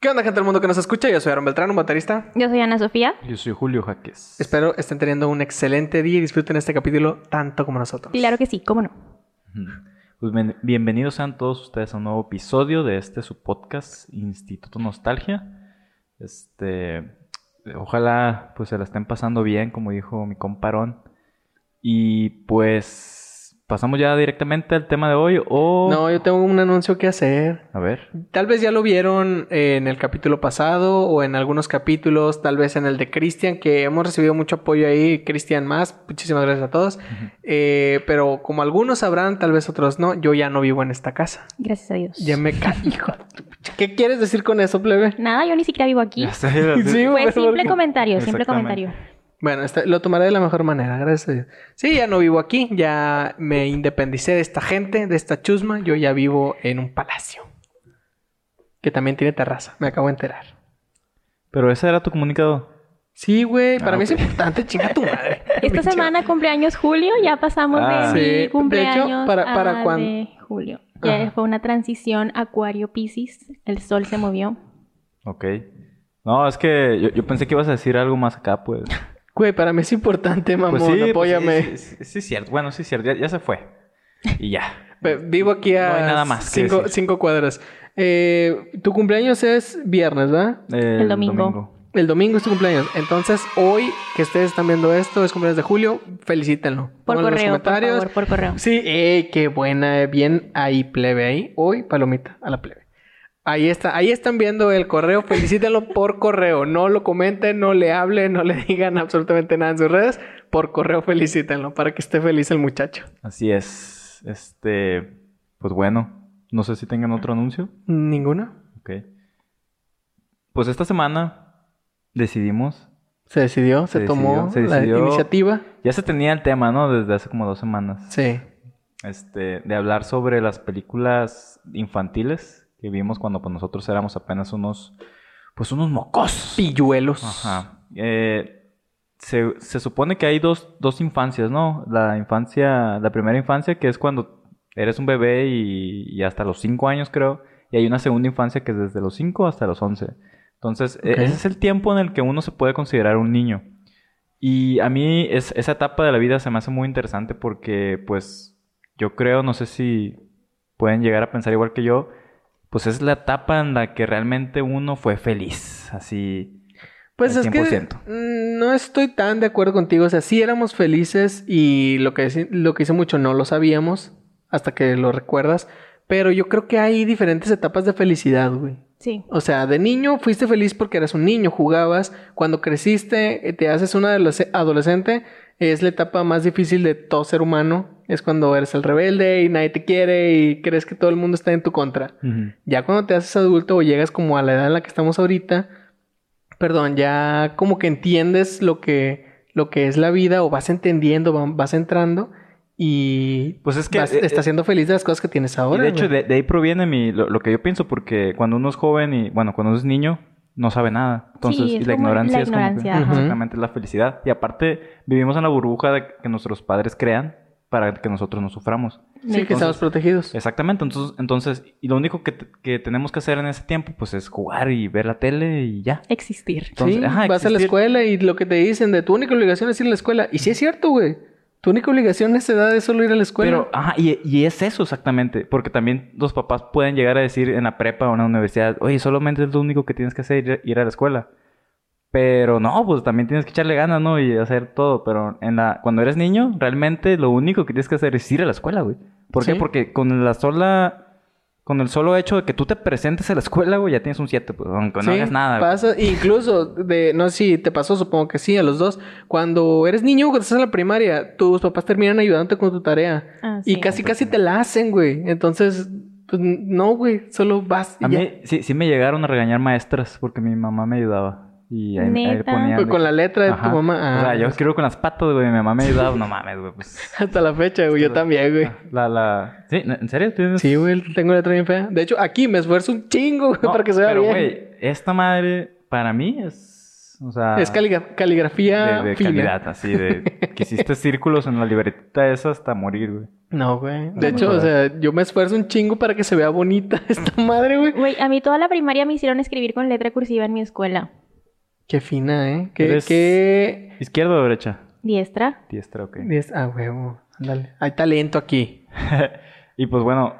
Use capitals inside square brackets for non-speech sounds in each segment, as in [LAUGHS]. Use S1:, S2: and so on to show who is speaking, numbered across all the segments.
S1: ¿Qué onda, gente del mundo que nos escucha? Yo soy Aaron Beltrán, un baterista.
S2: Yo soy Ana Sofía.
S3: Yo soy Julio Jaques.
S1: Espero estén teniendo un excelente día y disfruten este capítulo tanto como nosotros.
S2: Claro que sí, cómo no.
S3: Pues bien- bienvenidos sean todos ustedes a un nuevo episodio de este su podcast Instituto Nostalgia. Este, ojalá pues se la estén pasando bien, como dijo mi comparón. Y pues pasamos ya directamente al tema de hoy o
S1: No, yo tengo un anuncio que hacer. [LAUGHS]
S3: a ver,
S1: Tal vez ya lo vieron eh, en el capítulo pasado o en algunos capítulos, tal vez en el de Cristian, que hemos recibido mucho apoyo ahí. Cristian más, muchísimas gracias a todos. Eh, pero como algunos sabrán, tal vez otros no, yo ya no vivo en esta casa.
S2: Gracias a Dios.
S1: Ya me ca... [LAUGHS] Hijo, de tu pinche- ¿qué quieres decir con eso, plebe?
S2: Nada, yo ni siquiera vivo aquí.
S3: Ya sé, así-
S1: Sí,
S2: Fue
S1: bueno,
S2: simple
S1: porque-
S2: comentario, simple
S3: Exactamente.
S2: comentario.
S1: [LAUGHS] Bueno, este- lo tomaré de la mejor manera, gracias a Dios. Sí, ya no vivo aquí, ya me independicé de esta gente, de esta chusma, yo ya vivo en un palacio. Que también tiene terraza, me acabo de enterar.
S3: Pero ese era tu comunicado.
S1: Sí, güey, para
S3: Ah,
S1: mí es
S3: ok. [LAUGHS]
S1: importante, chinga tu madre.
S2: Esta
S1: Pinche-
S2: semana cumpleaños julio, ya pasamos
S3: Ah.
S1: Sí, de
S2: de mi
S1: hecho,
S2: cumpleaños
S1: para- para
S2: a
S1: cuan-
S2: de julio. Ya
S1: Ajá.
S2: fue una transición acuario piscis el sol se movió.
S3: Ok. No, es que yo, yo pensé que ibas a decir algo más acá, pues.
S1: Güey, para mí es importante, mamón,
S3: pues sí, pues
S1: apóyame.
S3: sí, sí, sí, sí es cierto. Bueno, sí es cierto. Ya, ya se fue. Y ya.
S1: Ve- Vivo aquí a
S3: No hay nada más que
S1: cinco,
S3: decir.
S1: cinco cuadras. Eh, tu cumpleaños es viernes, ¿verdad?
S3: El,
S2: domingo.
S1: El domingo es tu cumpleaños. Entonces, hoy que ustedes están viendo esto, es cumpleaños de julio, felicítenlo.
S2: Por
S1: Pónganlo en los
S2: correo, por
S1: comentarios.
S2: favor, por correo.
S1: Sí, eh, qué buena, eh, bien ahí plebe ahí. Hoy palomita a la plebe. Ahí está, ahí están viendo el correo, felicítenlo por correo, no lo comenten, no le hablen, no le digan absolutamente nada en sus redes, por correo felicítenlo para que esté feliz el muchacho.
S3: Así es. Este, pues bueno, no sé si tengan otro anuncio.
S1: ¿Ninguno?
S3: Ok. Pues esta semana decidimos,
S1: Se decidió, se,
S3: Se
S1: tomó
S3: decidió, se decidió.
S1: la iniciativa.
S3: ya se tenía el tema, ¿no? Desde hace como dos semanas.
S1: Sí.
S3: Este, de hablar sobre las películas infantiles que vimos cuando pues, nosotros éramos apenas unos, pues unos mocosos.
S1: Pilluelos.
S3: Ajá. Eh, se, se supone que hay dos, dos infancias, ¿no? La infancia, la primera infancia que es cuando eres un bebé y, y hasta los 5 años creo, y hay una segunda infancia que es desde los 5 hasta los 11. Entonces, e-
S1: Ok.
S3: ese es el tiempo en el que uno se puede considerar un niño. Y a mí es- esa etapa de la vida se me hace muy interesante porque, pues, yo creo, no sé si pueden llegar a pensar igual que yo, pues es la etapa en la que realmente uno fue feliz, así...
S1: Pues
S3: al
S1: es que
S3: 100%.
S1: mm, no estoy tan de acuerdo contigo. O sea, sí éramos felices y lo que, hice- lo que hice mucho no lo sabíamos hasta que lo recuerdas. Pero yo creo que hay diferentes etapas de felicidad, güey.
S2: Sí.
S1: O sea, de niño fuiste feliz porque eras un niño, jugabas. Cuando creciste, eh, te haces un adolesc- adolescente. Es la etapa más difícil de todo ser humano. Es cuando eres el rebelde y nadie te quiere y crees que todo el mundo está en tu contra. Ya cuando te haces adulto o llegas como a la edad en la que estamos ahorita, perdón, ya como que entiendes lo que, lo que es la vida o vas entendiendo, va- vas entrando y
S3: Pues es que...
S1: vas-
S3: eh,
S1: estás siendo feliz de las cosas que tienes
S3: eh,
S1: ahora.
S3: y de hecho,
S1: güey.
S3: de, de ahí proviene mi, lo, lo que yo pienso, porque cuando uno es joven y, bueno, cuando uno es niño, no sabe nada. Entonces,
S2: Sí, es
S3: y la
S2: como la
S3: ignorancia es como que-
S2: ignorancia,
S1: ajá.
S3: exactamente es la felicidad. Y aparte, vivimos en la burbuja de que nuestros padres crean para que nosotros no suframos.
S1: sí, que estamos protegidos.
S3: Exactamente. Entonces, entonces y lo único que, te- que tenemos que hacer en ese tiempo, pues, es jugar y ver la tele y ya.
S2: Existir.
S3: Entonces,
S1: sí,
S3: ajá,
S1: vas a la
S3: existir.
S1: escuela y lo que te dicen de tu única obligación es ir a la escuela. Y sí es cierto, güey. Tu única obligación a esa edad es solo ir a la escuela.
S3: Pero, ajá, y, y es eso exactamente, porque también los papás pueden llegar a decir en la prepa o en la universidad, oye, solamente es lo único que tienes que hacer, ir, ir a la escuela. Pero no, pues también tienes que echarle ganas, ¿no? Y hacer todo, pero en la, cuando eres niño, realmente lo único que tienes que hacer es ir a la escuela, güey. ¿Por qué?
S1: Sí.
S3: Porque con la sola... Con el solo hecho de que tú te presentes a la escuela, güey, ya tienes un 7, pues, aunque no
S1: Sí,
S3: hagas nada. güey.
S1: Pasa, incluso, de, no sé si te pasó, supongo que sí, a los dos. Cuando eres niño, cuando estás en la primaria, tus papás terminan ayudándote con tu tarea.
S2: Ah,
S1: y
S2: sí.
S1: casi, casi te la hacen, güey. Entonces, pues, no, güey, solo vas. y
S3: A
S1: ya.
S3: mí sí, sí me llegaron a regañar maestras porque mi mamá me ayudaba. Y ahí, ahí
S2: Neta.
S3: ponían...
S1: Pues,
S3: de
S1: con la letra de
S3: Ajá.
S1: tu mamá.
S3: O sea,
S1: Ah,
S3: yo escribo con las patas, güey. Mi mamá me ayudaba. No mames, güey. Pues,
S1: [LAUGHS] Hasta la fecha, güey, yo también, [LAUGHS] güey.
S3: la, la... ¿Sí? ¿En serio? ¿Tienes...
S1: Sí, güey, tengo letra bien fea. De hecho, aquí me esfuerzo un chingo, güey,
S3: [LAUGHS] No,
S1: para que se vea
S3: pero,
S1: bien.
S3: güey, esta madre para mí es... o sea,
S1: es caliga- caligrafía
S3: ah, de, de
S1: fina.
S3: calidad, así
S1: [LAUGHS]
S3: de que hiciste círculos en la libretita esa hasta morir, güey.
S1: No, güey.
S3: No me
S1: De hecho, o
S3: acuerdo.
S1: sea, yo me esfuerzo un chingo para que se vea bonita [LAUGHS] esta madre, güey.
S2: Güey, a mí toda la primaria me hicieron escribir con letra cursiva en mi escuela.
S1: Qué fina, ¿eh? Qué,
S3: Eres-
S1: qué...
S3: Izquierda o derecha?
S2: Diestra.
S3: Diestra, ok.
S1: es- Ah, huevo. Ándale. Hay talento aquí.
S3: Y pues bueno,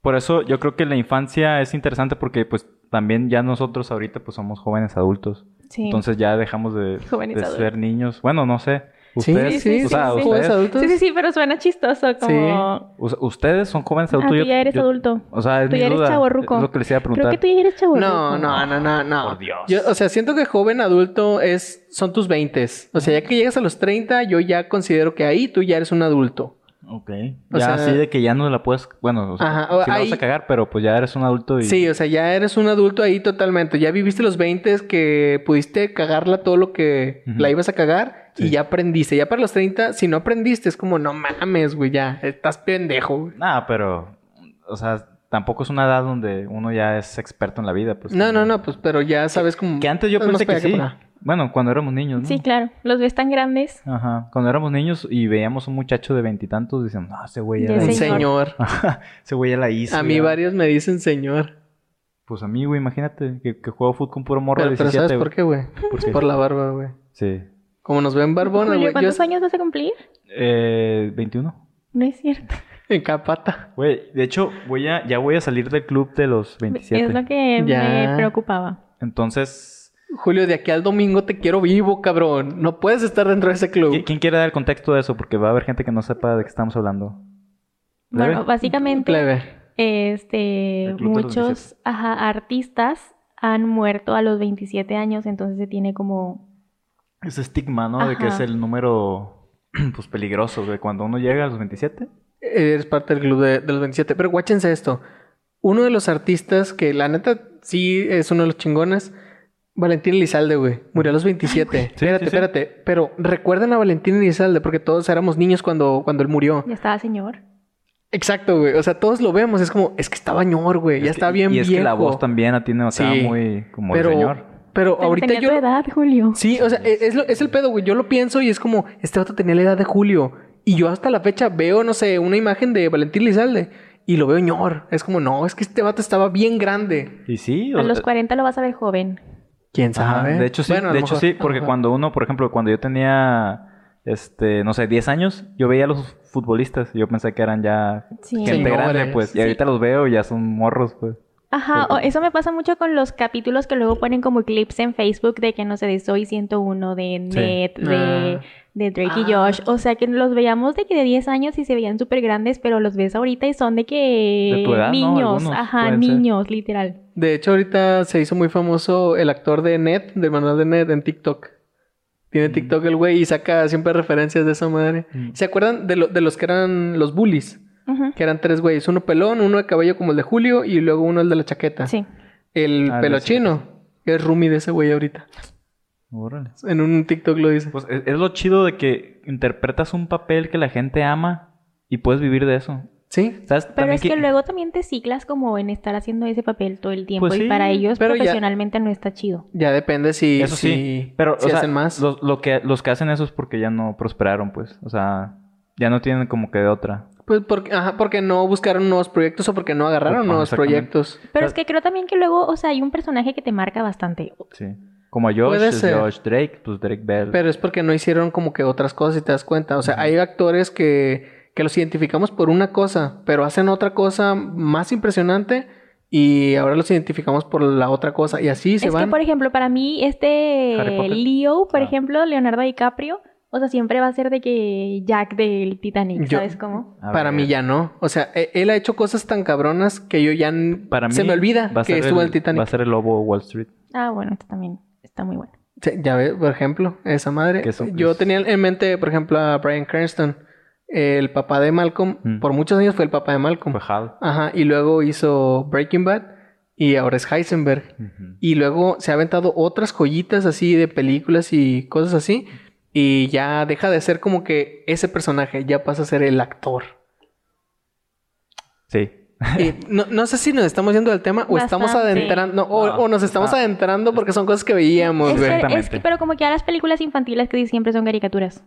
S3: por eso yo creo que la infancia es interesante porque pues también ya nosotros ahorita pues somos jóvenes adultos.
S2: Sí.
S3: Entonces ya dejamos de,
S2: Jóvenes
S3: de
S2: adultos.
S3: ser niños. Bueno, no sé.
S1: Sí,
S3: Ustedes,
S1: sí,
S3: o sea,
S2: sí, sí.
S1: ¿Jóvenes
S3: ustedes,
S1: adultos?
S2: sí, sí, sí, pero suena chistoso como...
S3: us- ustedes son jóvenes
S2: Ah,
S3: adultos.
S2: tú
S3: yo-
S2: ya eres
S3: yo-
S2: adulto.
S3: O sea, es
S2: Tú
S3: mi
S2: ya eres
S3: duda.
S2: chavorruco.
S3: Es lo que les iba a preguntar.
S2: Creo que tú ya eres chavo.
S1: No, no, no, no, no.
S3: Por Dios.
S1: Yo, o sea, siento que joven adulto es, son tus 20. O sea, ya que llegas a los 30, yo ya considero que ahí tú ya eres un adulto.
S3: Ok.
S1: O
S3: ya
S1: sea-
S3: así de que ya no la puedes... Bueno, o sea,
S1: Ajá, o
S3: sí la
S1: ahí-
S3: vas a cagar, pero pues ya eres un adulto y...
S1: Sí, o sea, ya eres un adulto ahí totalmente. Ya viviste los 20 que pudiste cagarla todo lo que
S3: Ujú.
S1: la ibas a cagar
S3: Sí.
S1: y ya aprendiste. Ya para los 30, si no aprendiste, es como, no mames, güey, ya estás pendejo. güey".
S3: Nada, pero... O sea, tampoco es una edad donde uno ya es experto en la vida. Pues,
S1: No,
S3: como-
S1: no, no, pues, pero ya sabes como.
S3: Que antes yo
S1: es más
S3: pensé
S1: para
S3: que
S1: allá
S3: sí.
S1: para acá.
S3: Bueno, cuando éramos niños, ¿no?
S2: Sí, claro. Los ves tan grandes.
S3: Ajá. Cuando éramos niños y veíamos un muchacho de veintitantos, decíamos, no, ese güey ya,
S2: Ya
S3: la
S1: Un
S2: sé.
S3: hizo".
S1: señor.
S3: Ajá, ese güey ya la hizo.
S1: A mí
S3: ya".
S1: varios me dicen señor.
S3: Pues a mí, güey, imagínate que, que juego fútbol con puro morro
S1: Pero,
S3: de
S1: pero
S3: 17.
S1: ¿sabes por qué, güey?
S3: ¿Por
S1: Es
S3: qué?
S1: por la barba, güey.
S3: Sí.
S1: Como nos ven barbones,
S2: Julio,
S1: güey. Yo
S2: ¿cuántos años vas a cumplir?
S3: Eh, 21.
S2: No es
S3: [LAUGHS]
S2: cierto.
S1: en capata.
S3: Güey, de hecho, voy a, ya voy a salir del club de los
S2: Es
S3: 27.
S2: lo que
S1: Ya.
S2: me preocupaba.
S3: Entonces,
S1: Julio, de aquí al domingo te quiero vivo, cabrón. No puedes estar dentro de ese club.
S3: ¿qui- ¿quién quiere dar el contexto de eso? Porque va a haber gente que no sepa de qué estamos hablando. ¿Plebe?
S2: Bueno, básicamente...
S1: Plebe.
S2: Este,
S3: El Club de los
S2: muchos
S3: 27.
S2: ajá, artistas han muerto a los 27 años, entonces se tiene como...
S3: Ese estigma, ¿no? De que
S2: Ajá.
S3: es el número, [CLEARS THROAT] pues, peligroso, güey. Cuando uno llega a los 27.
S1: Eres parte del club de, de los 27. Pero guáchense esto. Uno de los artistas que la neta sí es uno de los chingones. Valentín Elizalde, güey. Murió a los 27. espérate,
S3: sí, sí.
S1: espérate. Pero recuerden a Valentín Elizalde porque todos éramos niños cuando, cuando él murió.
S2: Ya estaba señor.
S1: Exacto, güey. O sea, todos lo vemos. Es como, es que estaba ñor, güey.
S3: Es
S1: Ya
S3: que-
S1: está bien
S3: Y es
S1: viejo.
S3: que la voz también la tiene, o sea,
S1: Sí.
S3: muy como
S1: pero,
S3: el señor.
S1: pero
S2: Pero
S1: ahorita
S2: tenía
S1: yo...
S2: tu edad, Julio.
S1: Sí, o sea, e- es, lo- es el pedo, güey. Yo lo pienso y es como, este vato tenía la edad de Julio. Y yo hasta la fecha veo, no sé, una imagen de Valentín Lizalde y lo veo ñor. Es como, no, es que este vato estaba bien grande.
S3: Y sí,
S2: A
S3: o-
S2: los 40 lo vas a ver joven.
S1: ¿Quién
S3: ajá,
S1: sabe?
S3: de hecho sí,
S1: Bueno, a
S3: de
S1: lo
S3: hecho
S1: mejor.
S3: sí, porque
S1: Ajá.
S3: cuando uno, por ejemplo, cuando yo tenía este, no sé, 10 años, yo veía a los futbolistas y yo pensé que eran ya
S2: Sí.
S3: gente
S1: Señores.
S3: grande, pues, y
S2: Sí.
S3: ahorita los veo y ya son morros, pues.
S2: Ajá, o eso me pasa mucho con los capítulos que luego ponen como clips en Facebook de que no sé, de Soy 101, de
S3: Sí.
S2: Net, de,
S1: Ah.
S2: de Drake y
S1: Ah.
S2: Josh. O sea, que los veíamos de que de 10 años y se veían súper grandes, pero los ves ahorita y son de que
S3: De tu edad, ¿no?
S2: niños,
S3: Algunos
S2: ajá,
S3: pueden ser.
S2: niños, literal.
S1: De hecho, ahorita se hizo muy famoso el actor de Ned, del manual de Ned, en TikTok. Tiene TikTok el güey y saca siempre referencias de esa madre.
S3: Mm.
S1: ¿Se acuerdan de, lo- de los que eran los bullies?
S2: Ujú.
S1: Que eran tres güeyes. Uno pelón, uno de cabello como el de Julio y luego uno el de la chaqueta.
S2: Sí.
S1: El
S3: Ah, de
S1: pelochino es Rumi de ese güey ahorita.
S3: Órale.
S1: En un TikTok lo dice.
S3: Pues es, es lo chido de que interpretas un papel que la gente ama y puedes vivir de eso.
S1: Sí.
S3: ¿Sabes?
S2: Pero
S3: También
S2: es que... luego también te ciclas como en estar haciendo ese papel todo el tiempo
S3: Pues sí,
S2: y para ellos
S1: pero ya-
S2: profesionalmente no está chido.
S1: Ya depende si,
S3: Eso
S1: si,
S3: sí, pero
S1: si
S3: o sea,
S1: hacen más.
S3: Los, lo que, los que hacen eso es porque ya no prosperaron, pues. O sea, ya no tienen como que de otra.
S1: Pues porque, ajá, porque no buscaron nuevos proyectos o porque no agarraron
S3: Ajá,
S1: nuevos
S3: exactamente.
S1: proyectos.
S2: Pero es que creo también que luego, o sea, hay un personaje que te marca bastante.
S3: Sí. Como a Josh,
S1: Puede
S3: es
S1: ser.
S3: Josh Drake, pues Drake Bell.
S1: Pero es porque no hicieron como que otras cosas, si te das cuenta. O sea, hay actores que, que los identificamos por una cosa, pero hacen otra cosa más impresionante y ahora los identificamos por la otra cosa. Y así se
S2: es
S1: van.
S2: que, por ejemplo, para mí
S3: Harry
S2: este
S3: Potter.
S2: Leo, por
S3: Ah.
S2: ejemplo, Leonardo DiCaprio, o sea, siempre va a ser de que Jack del Titanic,
S1: Yo-
S2: ¿sabes cómo?
S3: A
S1: Para
S3: ver.
S1: mí ya no. O sea, e- él ha hecho cosas tan cabronas que yo ya n-
S3: Para mí
S1: se me olvida
S3: va a
S1: que
S3: ser
S1: estuvo en el Titanic.
S3: Va a ser el lobo de Wall Street.
S2: Ah, bueno, esto también está muy bueno.
S1: Sí, Ya ves, por ejemplo, esa madre.
S3: Que son-
S1: Yo
S3: es-
S1: tenía en mente, por ejemplo, a Brian Cranston, el papá de Malcolm.
S3: Mm. Pues.
S1: Por muchos años fue el papá de Malcolm.
S3: Fue Hal.
S1: Ajá, y luego hizo Breaking Bad y ahora es Heisenberg.
S3: Ujú.
S1: Y luego se ha aventado otras joyitas así de películas y cosas así. Y ya deja de ser
S3: [LAUGHS]
S1: como que ese personaje, ya pasa a ser el actor.
S3: Sí.
S1: Y no, no sé si nos estamos yendo del tema o estamos
S2: Bastante.
S1: adentrando, no, o,
S3: No,
S1: o nos estamos
S3: está-
S1: adentrando porque son cosas que veíamos,
S2: Es que-
S1: güey.
S2: es que-
S3: Exactamente.
S2: pero como que a las películas infantiles que siempre son caricaturas.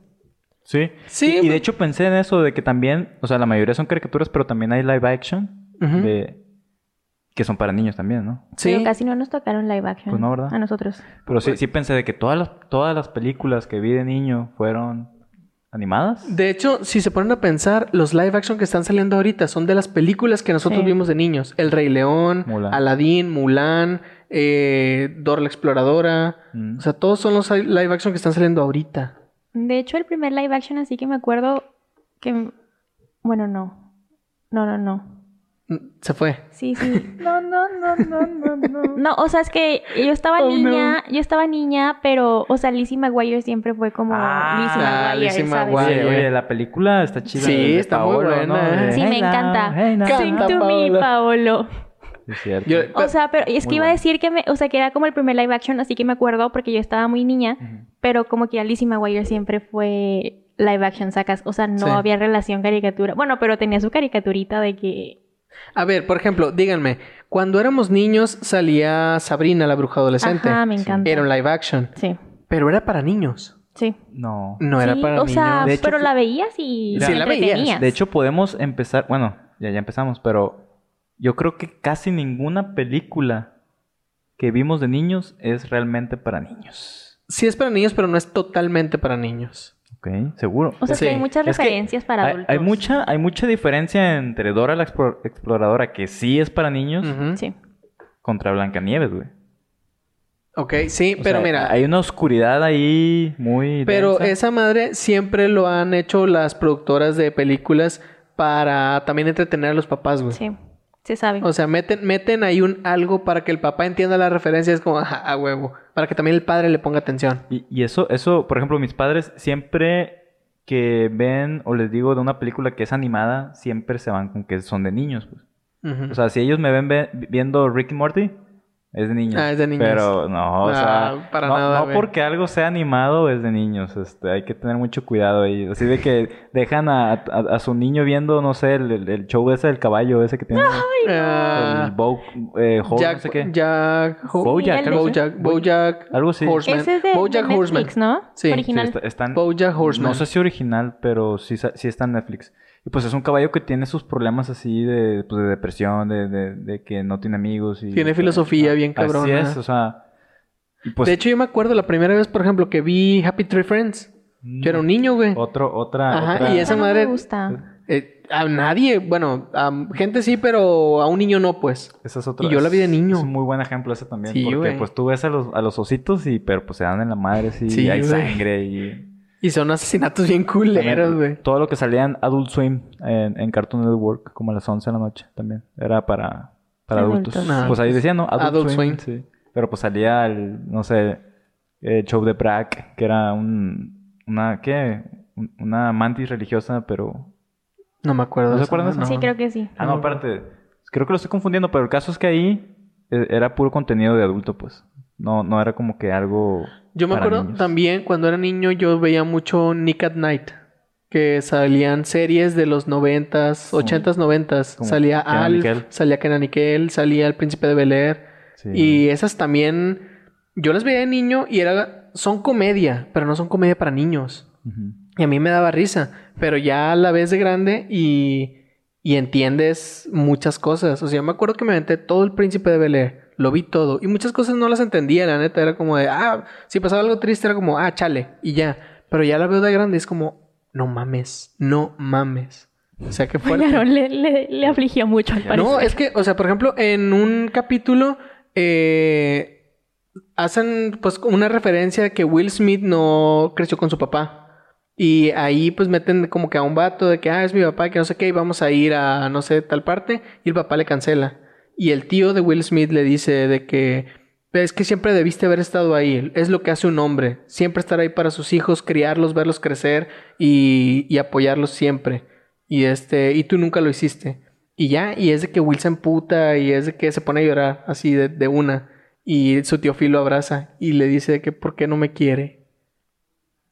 S3: Sí.
S1: Sí,
S3: Y, y
S1: pues-
S3: de hecho pensé en eso de que también, o sea, la mayoría son caricaturas, pero también hay live action
S1: Ujú.
S3: de que son para niños también, ¿no?
S1: Sí,
S2: Pero casi no nos tocaron live action.
S3: Pues no, ¿verdad?
S2: A nosotros.
S3: Pero
S1: Pues
S3: sí, sí pensé de que todas las, todas las películas que vi de niño fueron animadas.
S1: de hecho, si se ponen a pensar, los live action que están saliendo ahorita son de las películas que nosotros
S2: Sí.
S1: vimos de niños. El Rey León,
S3: Mulan.
S1: Aladdin, Mulan, eh, Dora la Exploradora.
S3: Mm.
S1: O sea, todos son los live action que están saliendo ahorita.
S2: De hecho, el primer live action, así que me acuerdo que. Bueno, no. No, no, no.
S1: Mm, Se fue.
S2: Sí, sí.
S3: no, no, no, no, no, no.
S2: No, o sea, es que yo estaba
S1: Oh, no.
S2: niña, yo estaba niña, pero, o sea, Lizzie McGuire siempre fue como
S3: Ah,
S1: ah, Lizzie
S2: Lizzie McGuire, ¿sabes?
S1: McGuire.
S3: Oye, oye, la película está chida.
S1: Sí,
S3: de
S1: está muy buena, ¿eh?
S3: De,
S2: Sí, me
S3: now,
S2: encanta.
S3: hey, now.
S2: Sing
S1: Canta,
S2: to
S1: Paolo.
S2: me, Paolo.
S3: Es cierto.
S1: Yo-
S2: O sea, pero es que
S3: Muy
S2: iba a
S3: bueno.
S2: decir que me, o sea, que era como el primer live action, así que me acuerdo porque yo estaba muy niña,
S3: Ujú.
S2: pero como que ya Lizzie McGuire siempre fue live action, sacas, o sea, no
S1: Sí.
S2: había relación caricatura. Bueno, pero tenía su caricaturita de que
S1: A ver, por ejemplo, díganme, cuando éramos niños salía Sabrina, la bruja adolescente.
S2: ajá, me
S3: Sí.
S2: encanta.
S1: Era un live action,
S2: Sí,
S1: pero era para niños.
S2: sí.
S3: No.
S1: No era
S2: Sí,
S1: para
S2: o
S1: niños.
S2: sea,
S3: De hecho,
S2: pero
S3: fue-
S2: la veías y
S1: Sí,
S2: te
S1: la veías.
S2: entretenías.
S3: De hecho, podemos empezar. Bueno, ya, ya empezamos, pero yo creo que casi ninguna película que vimos de niños es realmente para niños.
S1: Sí es para niños, pero no es totalmente para niños.
S3: Ok, seguro.
S2: o sea,
S1: sí.
S2: que hay muchas
S3: Es que
S2: referencias para
S3: Hay,
S2: adultos.
S3: hay mucha, hay mucha diferencia entre Dora la Explo- Exploradora, que sí es para niños,
S1: Ujú.
S2: Sí.
S3: contra Blancanieves, güey.
S1: Ok, sí,
S3: O
S1: pero
S3: sea,
S1: mira,
S3: Hay una oscuridad ahí muy.
S1: pero
S3: densa.
S1: esa madre siempre lo han hecho las productoras de películas para también entretener a los papás, güey.
S2: Sí. Se sabe.
S1: O sea, meten, meten ahí un algo para que el papá entienda la referencia, es como "Ajá, a huevo, para que también el padre le ponga atención.
S3: Y, y eso, eso, por ejemplo, mis padres siempre que ven o les digo de una película que es animada, siempre se van con que son de niños. Pues.
S1: Ujú.
S3: O sea, si ellos me ven ve- viendo Rick y Morty, es de niños.
S1: Ah, es de niños.
S3: Pero no, o
S1: Ah,
S3: sea,
S1: para
S3: no,
S1: nada,
S3: no
S1: güey.
S3: porque algo sea animado es de niños. Este, hay que tener mucho cuidado ahí. Así de que dejan a, a- a su niño viendo, no sé, el, el- el show ese del caballo ese que tiene el
S1: Ah,
S3: Bo, eh, Ho-
S1: Jack,
S3: no sé qué.
S1: Jack, Ho-
S2: Bojack,
S3: Bojack, algo así.
S1: Bojack, Bojack
S3: Algo así.
S1: Horseman.
S2: Ese es de, de
S1: Bojack Horseman.
S2: Netflix, ¿no?
S1: Sí, sí,
S3: Sí,
S2: Original.
S3: está- están-
S1: Bojack Horseman.
S3: No sé si original, pero sí, sa- sí está en Netflix. Y pues es un caballo que tiene sus problemas así de, pues, de depresión, de, de- de que no tiene amigos. Y,
S1: Tiene filosofía bien
S3: Así
S1: cabrona.
S3: es, o sea. y pues-
S1: de hecho, yo me acuerdo la primera vez, por ejemplo, que vi Happy Tree Friends. Yo era un niño, güey.
S3: Otro, otra.
S1: Ajá,
S3: otra-
S1: y esa
S2: Ah, no me
S1: madre-
S2: gusta.
S1: Eh, a nadie, bueno, a gente sí, pero a un niño no, pues.
S3: esa es otra-
S1: y yo la vi de
S3: es-
S1: niño.
S3: Es un muy buen ejemplo ese también.
S1: Sí,
S3: porque
S1: güey.
S3: pues tú ves a los, a los ositos y pero pues se dan en la madre sí,
S1: Sí,
S3: y hay
S1: güey.
S3: sangre y.
S1: Y son asesinatos bien [LAUGHS] culeros,
S3: también
S1: güey.
S3: Todo lo que salía en Adult Swim en, en Cartoon Network, como a las 11 de la noche también. Era para, para adultos.
S2: Adultos.
S1: No,
S3: pues ahí decía, ¿no? Adult,
S1: Adult
S3: Swim.
S1: Swim.
S3: sí. Pero pues salía el, no sé, el show de Brack, que era un. Una, ¿qué? Un- Una mantis religiosa, pero
S1: No me acuerdo.
S3: ¿No se
S1: esa
S3: acuerdan de
S1: madre,
S2: Sí, creo que sí. [LAUGHS]
S3: Ah, no, aparte. Creo que lo estoy confundiendo, pero el caso es que ahí eh, era puro contenido de adulto, pues. No, no era como que algo.
S1: Yo me
S3: para
S1: acuerdo
S3: niños.
S1: también cuando era niño yo veía mucho Nick at Night. Que salían series de los noventas,
S3: Como-
S1: ochentas, noventas.
S3: como
S1: Salía
S3: Kenan
S1: Alf,
S3: Nickel.
S1: salía Kenan Nickel, salía El Príncipe de Bel Air.
S3: Sí.
S1: Y esas también, yo las veía de niño y era, son comedia, pero no son comedia para niños.
S3: Ujú.
S1: Y a mí me daba risa, pero ya la ves de grande y, y entiendes muchas cosas. O sea, yo me acuerdo que me aventé todo el príncipe de Bel Air, lo vi todo y muchas cosas no las entendía, la neta. Era como de, ah, si pasaba algo triste era como, ah, chale, y ya. Pero ya la veo de grande y es como, no mames, no mames. O sea, que fuerte.
S2: Claro, le, le, le afligió mucho al parecer.
S1: No, es que, o sea, por ejemplo, en un capítulo eh, hacen pues una referencia que Will Smith no creció con su papá. Y ahí pues meten como que a un vato de que, ah, es mi papá, que no sé qué, y vamos a ir a no sé tal parte, y el papá le cancela. Y el tío de Will Smith le dice de que, es que siempre debiste haber estado ahí, es lo que hace un hombre, siempre estar ahí para sus hijos, criarlos, verlos crecer y, y apoyarlos siempre. Y este, y tú nunca lo hiciste. Y ya, y es de que Will se emputa y es de que se pone a llorar así de, de una. Y su tío Phil lo abraza y le dice de que por qué no me quiere.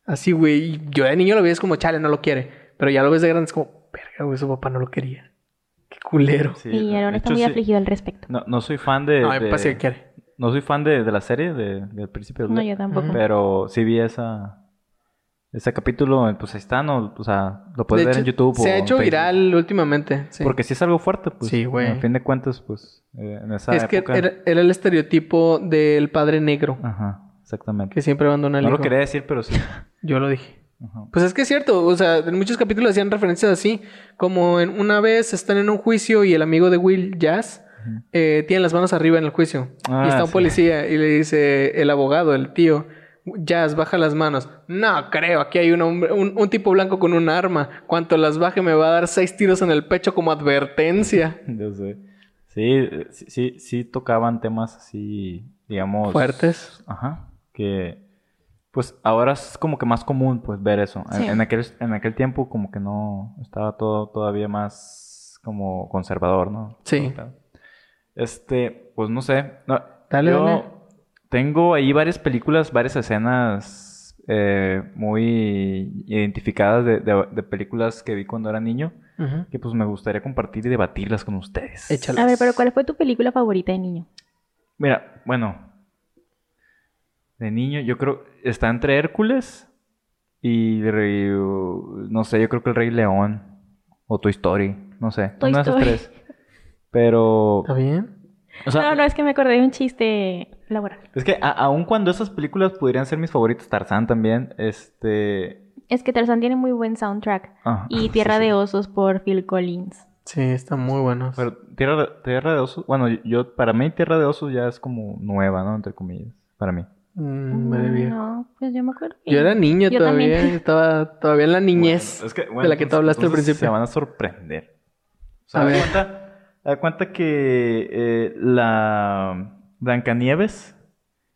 S1: Así, güey. y Yo de niño lo veía es como, chale, no lo quiere. Pero ya lo ves de grande, es como, verga, güey, su papá no lo quería. Qué Culero.
S3: Sí,
S2: y
S3: de
S2: Aaron está
S3: hecho,
S2: muy
S3: sí.
S2: afligido al respecto.
S3: No, no soy fan de.
S1: no, me
S3: de-
S1: pasa que quiere.
S3: no soy fan de, de la serie de, del Príncipe
S2: No,
S3: Black,
S2: yo tampoco.
S1: Ujú.
S3: Pero sí vi esa. Ese capítulo, eh, pues ahí está, ¿no? O sea, lo puedes
S1: De
S3: ver en
S1: hecho,
S3: YouTube. o
S1: Se ha
S3: en
S1: hecho
S3: Facebook.
S1: viral últimamente. sí.
S3: Porque sí es algo fuerte, pues.
S1: Sí, güey.
S3: A fin de cuentas, pues, eh, en esa
S1: es que
S3: época...
S1: era, era el estereotipo del padre negro
S3: Ajá, exactamente.
S1: que siempre abandona al
S3: No lo
S1: hijo.
S3: quería decir,
S1: [LAUGHS]
S3: pero sí.
S1: Yo lo dije.
S3: Ajá.
S1: Pues es que es cierto, o sea, en muchos capítulos hacían referencias así, como en una vez están en un juicio y el amigo de Will, Jazz,
S3: Ujú.
S1: eh, tiene las manos arriba en el juicio.
S3: Ah,
S1: y está un
S3: sí.
S1: policía y le dice el abogado, el tío, Jazz, baja las manos. No creo, aquí hay un, hombre, un, un tipo blanco con un arma. Cuanto las baje me va a dar seis tiros en el pecho como advertencia.
S3: [LAUGHS] Yo sé. Sí, eh, sí, sí, sí tocaban temas así, digamos...
S1: Fuertes.
S3: Ajá. Que, pues, ahora es como que más común, pues, ver eso. En-
S2: Sí.
S3: En, aquel, en aquel tiempo como que no estaba todo todavía más como conservador, ¿no?
S1: Sí.
S3: Este, pues, no sé. No,
S1: Dale,
S3: Yo
S1: dale.
S3: tengo ahí varias películas, varias escenas eh, muy identificadas de, de- de películas que vi cuando era niño,
S1: Ujú.
S3: que pues me gustaría compartir y debatirlas con ustedes.
S1: Échale.
S2: A ver, pero ¿cuál fue tu película favorita de niño?
S3: Mira, bueno, de niño yo creo, está entre Hércules y, el Rey- no sé, yo creo que El Rey León o Toy Story, no sé,
S2: Toy
S3: una
S2: Story.
S3: de esas tres. Pero,
S1: ¿Está bien?
S3: o sea,
S2: no, no, es que me acordé de un chiste laboral.
S3: es que a- aun cuando esas películas podrían ser mis favoritas, Tarzán también, este...
S2: Es que Tarzán tiene muy buen soundtrack.
S3: Ah,
S2: Y Tierra
S3: sí, sí.
S2: de Osos por Phil Collins.
S1: Sí, están muy buenos.
S3: Pero tierra de, Tierra de Osos, bueno, yo, para mí Tierra de Osos ya es como nueva, ¿no? Entre comillas, para mí.
S1: Mm, me debía.
S2: No, pues yo me acuerdo. que-
S1: Yo era niño
S2: Yo
S1: todavía,
S2: también.
S1: estaba todavía en la niñez.
S3: Bueno, es que, bueno,
S1: de la que tú
S3: entonces-
S1: hablaste al
S3: entonces
S1: principio.
S3: Se van a sorprender. O sea,
S1: A
S3: da
S1: ver.
S3: cuenta, da cuenta que eh, la Blancanieves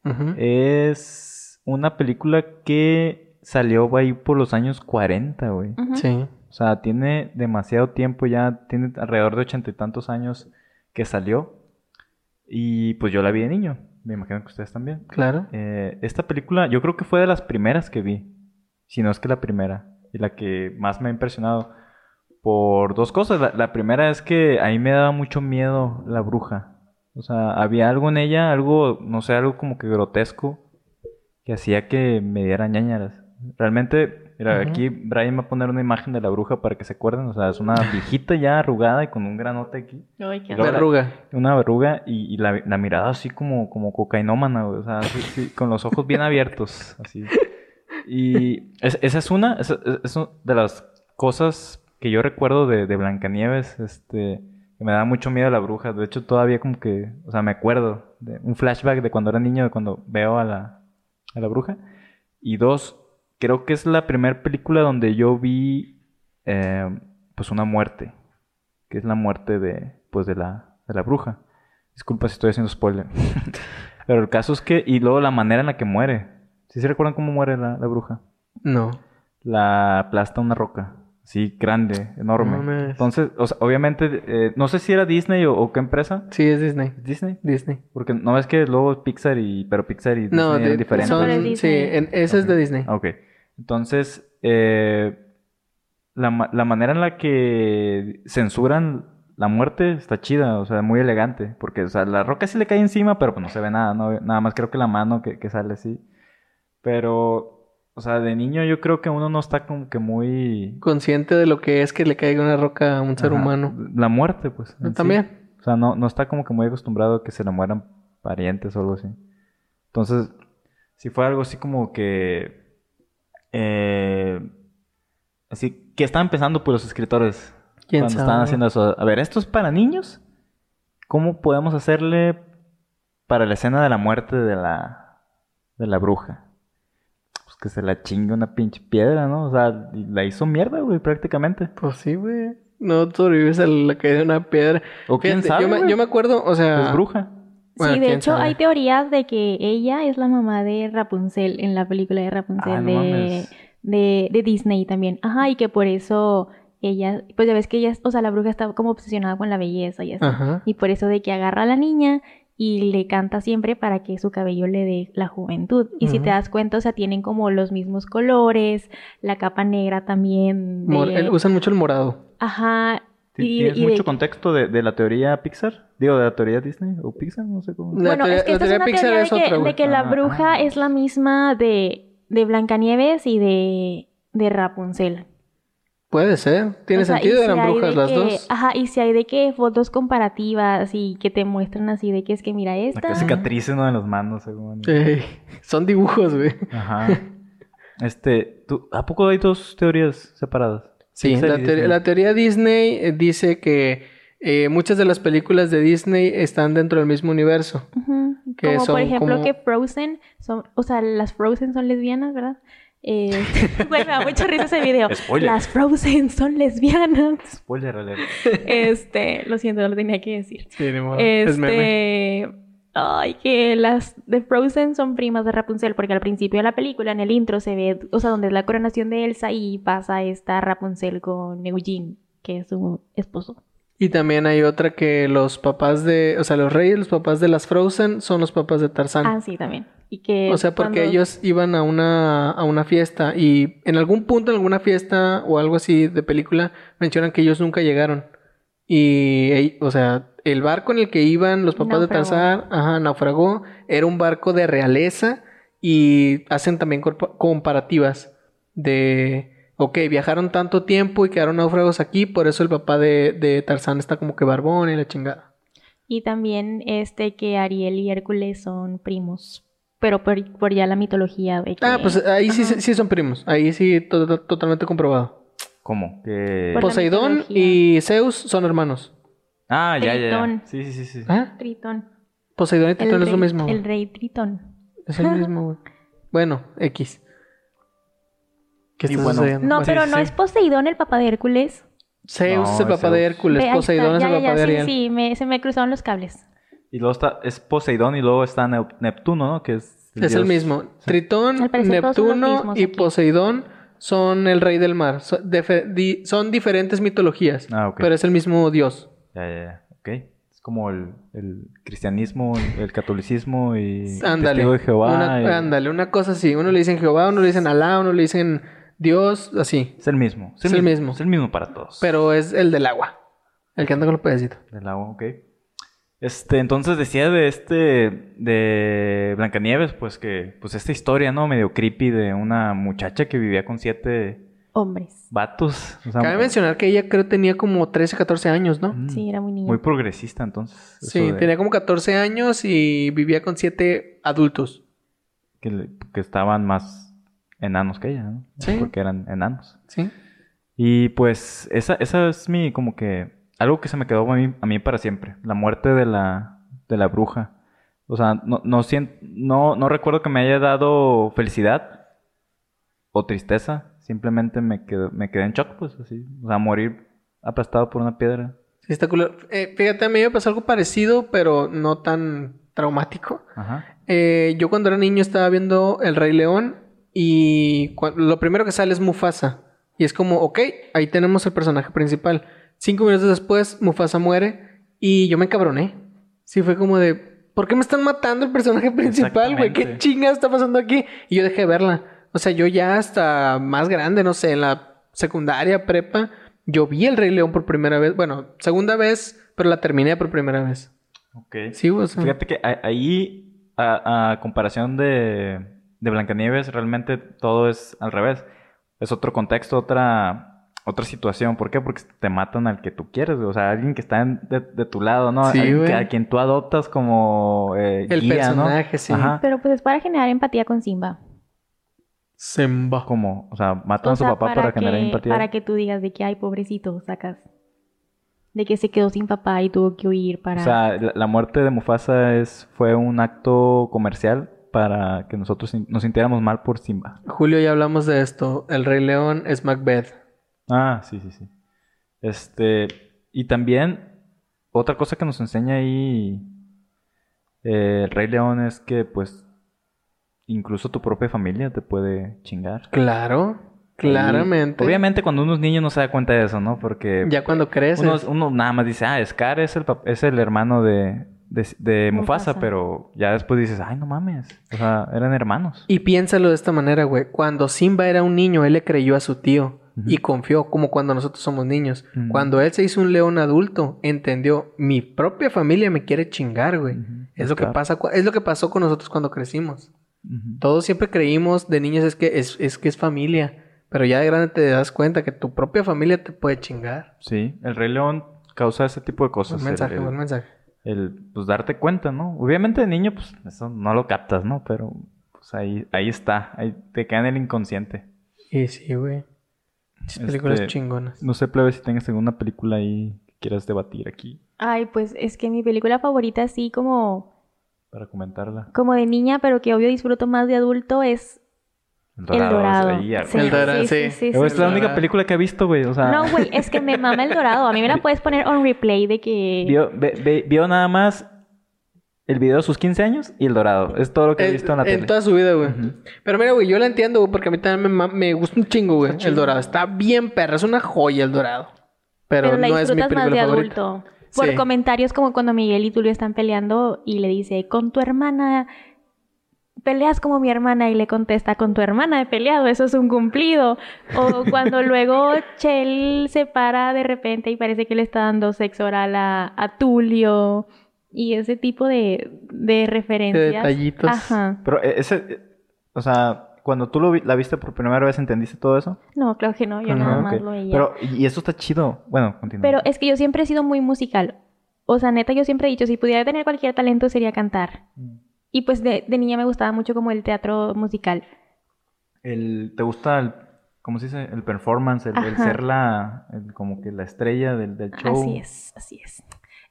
S1: Ujú.
S3: es una película que salió ahí por los años 40, güey.
S2: Ujú.
S1: Sí.
S3: O sea, tiene demasiado tiempo ya, tiene alrededor de ochenta y tantos años que salió. Y pues yo la vi de niño, me imagino que ustedes también.
S1: Claro.
S3: Eh, esta película yo creo que fue de las primeras que vi, si no es que la primera, y la que más me ha impresionado por dos cosas. La, la primera es que ahí me daba mucho miedo la bruja. O sea, había algo en ella, algo, no sé, algo como que grotesco, que hacía que me diera ñañaras. Realmente, mira,
S1: Ujú.
S3: aquí Brian va a poner una imagen de la bruja para que se acuerden. O sea, es una viejita ya arrugada y con un granote aquí
S2: Ay, qué
S3: Lo-
S2: horror.
S1: Verruga.
S3: una verruga y, y la, la mirada así como, como cocainómana, güey, O sea, así- sí, con los ojos bien abiertos, así. Y es- esa es una, esa- es, es una de las cosas que yo recuerdo de, de Blancanieves, este, que me da mucho miedo la bruja. De hecho, todavía como que, o sea, me acuerdo de un flashback de cuando era niño, de cuando veo a la, a la bruja. Y dos, creo que es la primera película donde yo vi, eh, pues, una muerte que es la muerte de, pues, de la, de la bruja. Disculpa si estoy
S1: [LAUGHS]
S3: haciendo spoiler. Pero el caso es que, y luego la manera en la que muere. ¿Sí se recuerdan cómo muere la, la bruja?
S1: No.
S3: La aplasta una roca. Sí, grande, enorme.
S1: No mames.
S3: Entonces, o sea, obviamente, eh, no sé si era Disney o, o qué empresa.
S1: Sí, es Disney.
S3: ¿Disney?
S1: Disney.
S3: Porque no es que luego Pixar y... Pero Pixar y Disney
S1: no,
S3: eran
S1: de-
S3: diferentes.
S1: son-
S2: No, pero es
S1: sí,
S2: Disney.
S1: en- ese es
S3: Ok.
S1: de Disney.
S3: Ok. Entonces, eh, la, ma- la manera en la que censuran la muerte está chida, o sea, muy elegante. Porque, o sea, la roca sí le cae encima, pero pues no se ve nada, no ve- nada más creo que la mano que, que sale así. Pero, o sea, de niño yo creo que uno no está como que muy...
S1: Consciente de lo que es que le caiga una roca a un ser
S3: Ajá,
S1: humano.
S3: La muerte, pues. en sí.
S1: También.
S3: O sea, no, no está como que muy acostumbrado a que se le mueran parientes o algo así. Entonces, si fue algo así como que. eh, así que estaban pensando por los escritores
S1: ¿Quién
S3: cuando
S1: sabe?
S3: estaban haciendo eso. A ver, ¿esto es para niños? ¿Cómo podemos hacerle para la escena de la muerte de la, de la bruja? Pues que se la chingue una pinche piedra, ¿no? O sea, la hizo mierda, güey, prácticamente.
S1: Pues sí, güey. No sobrevives a la caída de una piedra.
S3: O quién
S1: Fíjate,
S3: sabe,
S1: yo, me,
S3: güey?
S1: yo me acuerdo, o sea...
S3: Es bruja.
S1: bueno,
S2: sí, de
S1: quién
S2: hecho
S1: sabe.
S2: hay teorías de que ella es la mamá de Rapunzel en la película de
S3: Ah,
S2: Rapunzel
S3: no
S2: de,
S3: mames.
S2: de, de Disney también. Ajá, y que por eso ella, pues ya ves que ella, o sea, la bruja está como obsesionada con la belleza y así.
S1: Ajá.
S2: Y por eso de que agarra a la niña y le canta siempre para que su cabello le dé la juventud. Y si te
S1: Ujú.
S2: das cuenta, o sea, tienen como los mismos colores, la capa negra también. de-
S1: eh, Mor- el- usan mucho el morado.
S2: Ajá. Y-
S3: ¿Tienes
S2: y de
S3: mucho
S2: hecho-
S3: contexto de, de la teoría Pixar? Digo, de la teoría Disney o Pixar, no sé cómo.
S1: La
S2: bueno,
S1: teoría-
S2: es que
S1: la
S2: esta es
S1: teoría
S2: una
S1: Pixar
S2: teoría
S1: es
S2: de que,
S1: otra, güey.
S2: de que la
S3: Ah,
S2: bruja
S3: ah.
S2: es la misma de, de Blancanieves y de, de Rapunzel.
S1: Puede ser. Tiene
S2: O sea, y
S1: sentido,
S2: si
S1: eran
S2: hay
S1: brujas
S2: de
S1: las
S2: que-
S1: dos.
S2: Ajá, y si hay de que fotos comparativas y que te muestran así de que es que mira
S3: La
S2: esta.
S3: que cicatrices ¿no? en las manos, según.
S1: Ey, son dibujos, güey. [LAUGHS]
S3: Ajá. Este, ¿tú, ¿a poco hay dos teorías separadas?
S1: Sí,
S3: Pixar
S1: la,
S3: y
S1: teoría-
S3: Disney.
S1: la teoría Disney eh, dice que eh, muchas de las películas de Disney están dentro del mismo universo.
S2: Ujú.
S1: que
S2: como
S1: son
S2: por ejemplo
S1: como-
S2: que Frozen son, o sea, las Frozen son lesbianas, ¿verdad? Eh,
S1: [LAUGHS]
S2: [LAUGHS] güey, me da mucha risa ese video.
S3: Spoiler.
S2: Las Frozen son lesbianas. [LAUGHS]
S3: Spoiler alert.
S2: Este, lo siento, lo tenía que decir.
S1: Sí, ni modo, Ah, es meme.
S2: Este. Ay, que las de Frozen son primas de Rapunzel, porque al principio de la película, en el intro, se ve, o sea, donde es la coronación de Elsa y pasa esta Rapunzel con Eugene, que es su esposo.
S1: Y también hay otra que los papás de, o sea, los reyes, los papás de las Frozen son los papás de Tarzán.
S2: Ah, sí, también. Y que
S1: O sea, porque
S2: cuando-
S1: ellos iban a una, a una fiesta y en algún punto, en alguna fiesta o algo así de película, mencionan que ellos nunca llegaron. Y, ey- o sea, el barco en el que iban los papás de
S2: Naufragó.
S1: Tarzán, ajá, naufragó, era un barco de realeza y hacen también corpo- comparativas de, ok, viajaron tanto tiempo y quedaron náufragos aquí, por eso el papá de, de Tarzán está como que barbón y la chingada.
S2: Y también este que Ariel y Hércules son primos, pero por, por ya la mitología de que...
S1: Ah, pues ahí sí,
S2: Ajá.
S1: sí son primos, ahí sí to- to- totalmente comprobado.
S3: ¿Cómo? Que-
S1: Pues,
S2: Por la
S1: Poseidón
S2: mitología.
S1: y Zeus son hermanos.
S3: Ah, ya, ya,
S2: Tritón.
S3: ya. Sí, sí, sí. sí.
S1: ¿Ah?
S2: Tritón.
S1: Poseidón y Tritón es lo
S2: rey-
S1: mismo. güey.
S2: El rey Tritón.
S1: Es el mismo, güey. Bueno, X. ¿Qué
S3: Y
S1: está
S3: bueno,
S1: sucediendo?
S2: No,
S1: Bueno,
S2: pero
S3: sí,
S2: no
S3: sí.
S2: es Poseidón el papá de Hércules.
S1: Zeus
S3: No,
S1: es el papá de
S3: Zeus.
S1: Hércules,
S2: Ve, ahí está.
S1: Poseidón es
S2: Ya,
S1: el
S2: ya,
S1: papá
S2: ya,
S1: de
S2: sí,
S1: Ariel.
S2: Sí, me- se me cruzaron los cables.
S3: Y luego está, es Poseidón y luego está Neu- Neptuno, ¿no? Que es
S1: Es el
S3: dios-
S1: mismo.
S3: Sí.
S1: Tritón,
S2: Al parecer todos son los
S1: Neptuno
S2: mismos
S1: y
S2: aquí.
S1: Poseidón son el rey del mar. Son, defe- di- son diferentes mitologías,
S3: Ah, ok.
S1: pero es el mismo dios.
S3: Ya, ya, ya. Ok. Es como el, el cristianismo, el, el catolicismo y
S1: Ándale.
S3: testigo de Jehová.
S1: Una-
S3: y-
S1: Ándale, una cosa así. Uno le dicen Jehová, uno le dicen Alá, uno le dicen Dios, así.
S3: Es el mismo.
S1: Es el mismo.
S3: Es el mismo para todos.
S1: Pero es el del agua. El que anda con los pedacito.
S3: Del agua, ok. Este, entonces decía de este, de Blancanieves, pues que, pues esta historia, ¿no? Medio creepy de una muchacha que vivía con siete
S2: Hombres.
S3: vatos. O sea,
S1: Cabe mencionar que ella creo tenía como 13, 14 años, ¿no?
S3: Mm,
S2: Sí, era muy niño.
S3: Muy progresista, entonces. eso
S1: Sí,
S3: de
S1: tenía como 14 años y vivía con 7 adultos.
S3: que, le- que estaban más enanos que ella, ¿no?
S1: Sí.
S3: Porque eran enanos.
S1: Sí.
S3: Y pues esa, esa es mi como que algo que se me quedó a mí, a mí para siempre, la muerte de la, de la bruja. O sea, no, no, sien- no, no recuerdo que me haya dado felicidad o tristeza, simplemente me quedé, me quedé en shock, pues así, o sea, morir aplastado por una piedra.
S1: Sí, está culo. Eh, fíjate, a mí me pasó algo parecido, pero no tan traumático.
S3: Ajá.
S1: Eh, yo cuando era niño estaba viendo El Rey León y cua- lo primero que sale es Mufasa. Y es como, ok, ahí tenemos el personaje principal. Cinco minutos después, Mufasa muere y yo me encabroné. Sí, fue como de, ¿por qué me están matando el personaje principal, güey? ¿Qué
S3: Exactamente.
S1: chinga está pasando aquí? Y yo dejé de verla. O sea, yo ya hasta más grande, no sé, en la secundaria, prepa, yo vi El Rey León por primera vez. Bueno, segunda vez, pero la terminé por primera vez.
S3: Ok.
S1: Sí, o sea.
S3: Fíjate que a- ahí, a, a comparación de, de Blancanieves, realmente todo es al revés. Es otro contexto, otra, otra situación. ¿Por qué? Porque te matan al que tú quieres, güey. O sea, alguien que está en- de, de tu lado, ¿no?
S1: Sí,
S3: Alguien que-
S1: güey.
S3: a quien tú adoptas como eh,
S1: El
S3: guía, ¿no?
S1: personaje, sí.
S3: Ajá.
S2: Pero pues es para generar empatía con Simba.
S1: Simba.
S3: Como, o sea, matan
S2: O
S3: a su
S2: sea,
S3: papá para, generar
S2: que,
S3: empatía.
S2: Para que tú digas de que, ay, pobrecito, sacas. De que se quedó sin papá y tuvo que huir para...
S3: O sea, la, la muerte de Mufasa es, fue un acto comercial para que nosotros sin- nos sintiéramos mal por Simba.
S1: Julio, ya hablamos de esto. El Rey León es Macbeth.
S3: Ah, sí, sí, sí. Este, y también otra cosa que nos enseña ahí eh, el Rey León es que pues incluso tu propia familia te puede chingar.
S1: Claro, claramente.
S3: Y obviamente cuando uno es niño no se da cuenta de eso, ¿no? Porque
S1: Ya cuando creces.
S3: uno, uno nada más dice, ah, Scar es el, pap- es el hermano de, de, de Mufasa,
S2: Mufasa.
S3: pero ya después dices, ay, no mames. O sea, eran hermanos.
S1: Y piénsalo de esta manera, güey. Cuando Simba era un niño, él le creyó a su tío.
S3: Ujú.
S1: y confió, como cuando nosotros somos niños.
S3: Ujú.
S1: Cuando él se hizo un león adulto, entendió, mi propia familia me quiere chingar, güey.
S3: Ujú.
S1: Es lo que
S3: Claro.
S1: pasa, cu- es lo que pasó con nosotros cuando crecimos.
S3: Ujú.
S1: Todos siempre creímos de niños es que es, es que es familia, pero ya de grande te das cuenta que tu propia familia te puede chingar.
S3: Sí, el Rey León causa ese tipo de cosas.
S1: Buen
S3: el-
S1: mensaje,
S3: el-
S1: buen mensaje.
S3: el pues darte cuenta, ¿no? Obviamente de niño, pues eso no lo captas, ¿no? Pero pues ahí, ahí está, ahí te queda en el inconsciente.
S1: Y sí, güey. Esas películas
S3: Este,
S1: chingonas.
S3: No sé, plebe, si tengas alguna película ahí que quieras debatir aquí
S2: Ay, pues es que mi película favorita, así como,
S3: para comentarla.
S2: como de niña, pero que obvio disfruto más de adulto, es
S3: El
S2: El Dorado.
S3: ahí, ya,
S2: Sí,
S1: El Dorado,
S2: sí,
S1: sí.
S2: sí, sí,
S3: güey.
S2: sí,
S3: es la
S2: sí.
S3: única película que he visto, güey. O sea,
S2: No, güey, es que me mama el dorado. A mí me
S3: [LAUGHS]
S2: la puedes poner on replay de que.
S3: vio, ve- ve- vio nada más el video de sus 15 años y el dorado. Es todo lo que he
S1: En-
S3: visto en la
S1: en
S3: tele.
S1: toda su vida, Eh, güey.
S3: Ujú.
S1: Pero mira, güey, yo la entiendo, güey, porque a mí también me, ma- me gusta un chingo, güey.
S3: Está
S1: El
S3: chido.
S1: dorado. Está bien perra, es una joya el dorado. Pero,
S2: pero, la
S1: no es mi
S2: disfrutas
S1: película
S2: más de
S1: favorita.
S2: adulto. Por
S1: Sí.
S2: comentarios como cuando Miguel y Tulio están peleando y le dice, con tu hermana peleas como mi hermana y le contesta, con tu hermana he peleado, eso es un cumplido. O
S1: [LAUGHS]
S2: cuando luego Chel se para de repente y parece que le está dando sexo oral a, a Tulio y ese tipo de, de referencias.
S1: detallitos.
S2: Ajá.
S3: Pero eh, ese, eh, o sea, cuando tú lo vi- la viste por primera vez, ¿entendiste todo eso?
S2: No, claro que no, yo
S1: Ajá,
S2: nada
S3: Ah,
S2: más
S3: ok.
S2: lo veía.
S3: Pero, y y eso está chido. Bueno, continúa.
S2: Pero es que yo siempre he sido muy musical. O sea, neta, yo siempre he dicho, si pudiera tener cualquier talento sería cantar. Y pues de, de niña me gustaba mucho como el teatro musical.
S3: El, ¿Te gusta el, cómo se dice? El performance, el, el
S2: Ajá.
S3: ser la, el- como que la estrella del, del show. Pues,
S2: Así es, así es.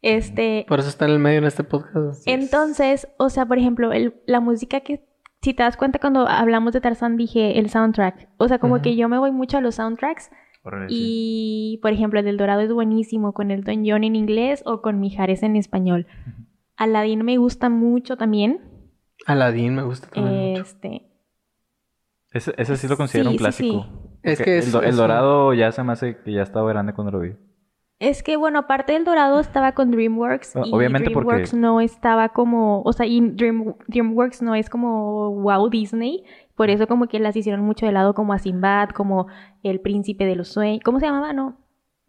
S2: Este,
S1: Por eso está en el medio en este podcast. güey.
S3: es.
S2: entonces, o sea, por ejemplo, el- la música que, si te das cuenta cuando hablamos de Tarzán, dije el soundtrack. O sea, como
S1: Ujú.
S2: que yo me voy mucho a los soundtracks.
S3: Órale, Ah, sí.
S2: Y, por ejemplo, el del Dorado es buenísimo con Elton John en inglés o con Mijares en español.
S3: Ujú.
S2: Aladdin me gusta mucho también.
S1: Aladdin me gusta también mucho.
S2: Este,
S3: Ese, ese sí lo considero
S2: sí, sí,
S3: un
S2: sí.
S3: clásico.
S1: Es
S3: Porque
S1: que
S3: el
S1: es-
S3: do- el,
S1: es un-
S3: dorado ya se me hace que ya estaba grande cuando lo vi.
S2: Es que, bueno, aparte del Dorado estaba con DreamWorks.
S3: O-
S2: y
S3: obviamente porque-
S2: DreamWorks no estaba como. O sea, y Dream- DreamWorks no es como wow Disney. Por eso, como que las hicieron mucho de lado, como a Sinbad, como El Príncipe de los Sueños. ¿Cómo se llamaba? No.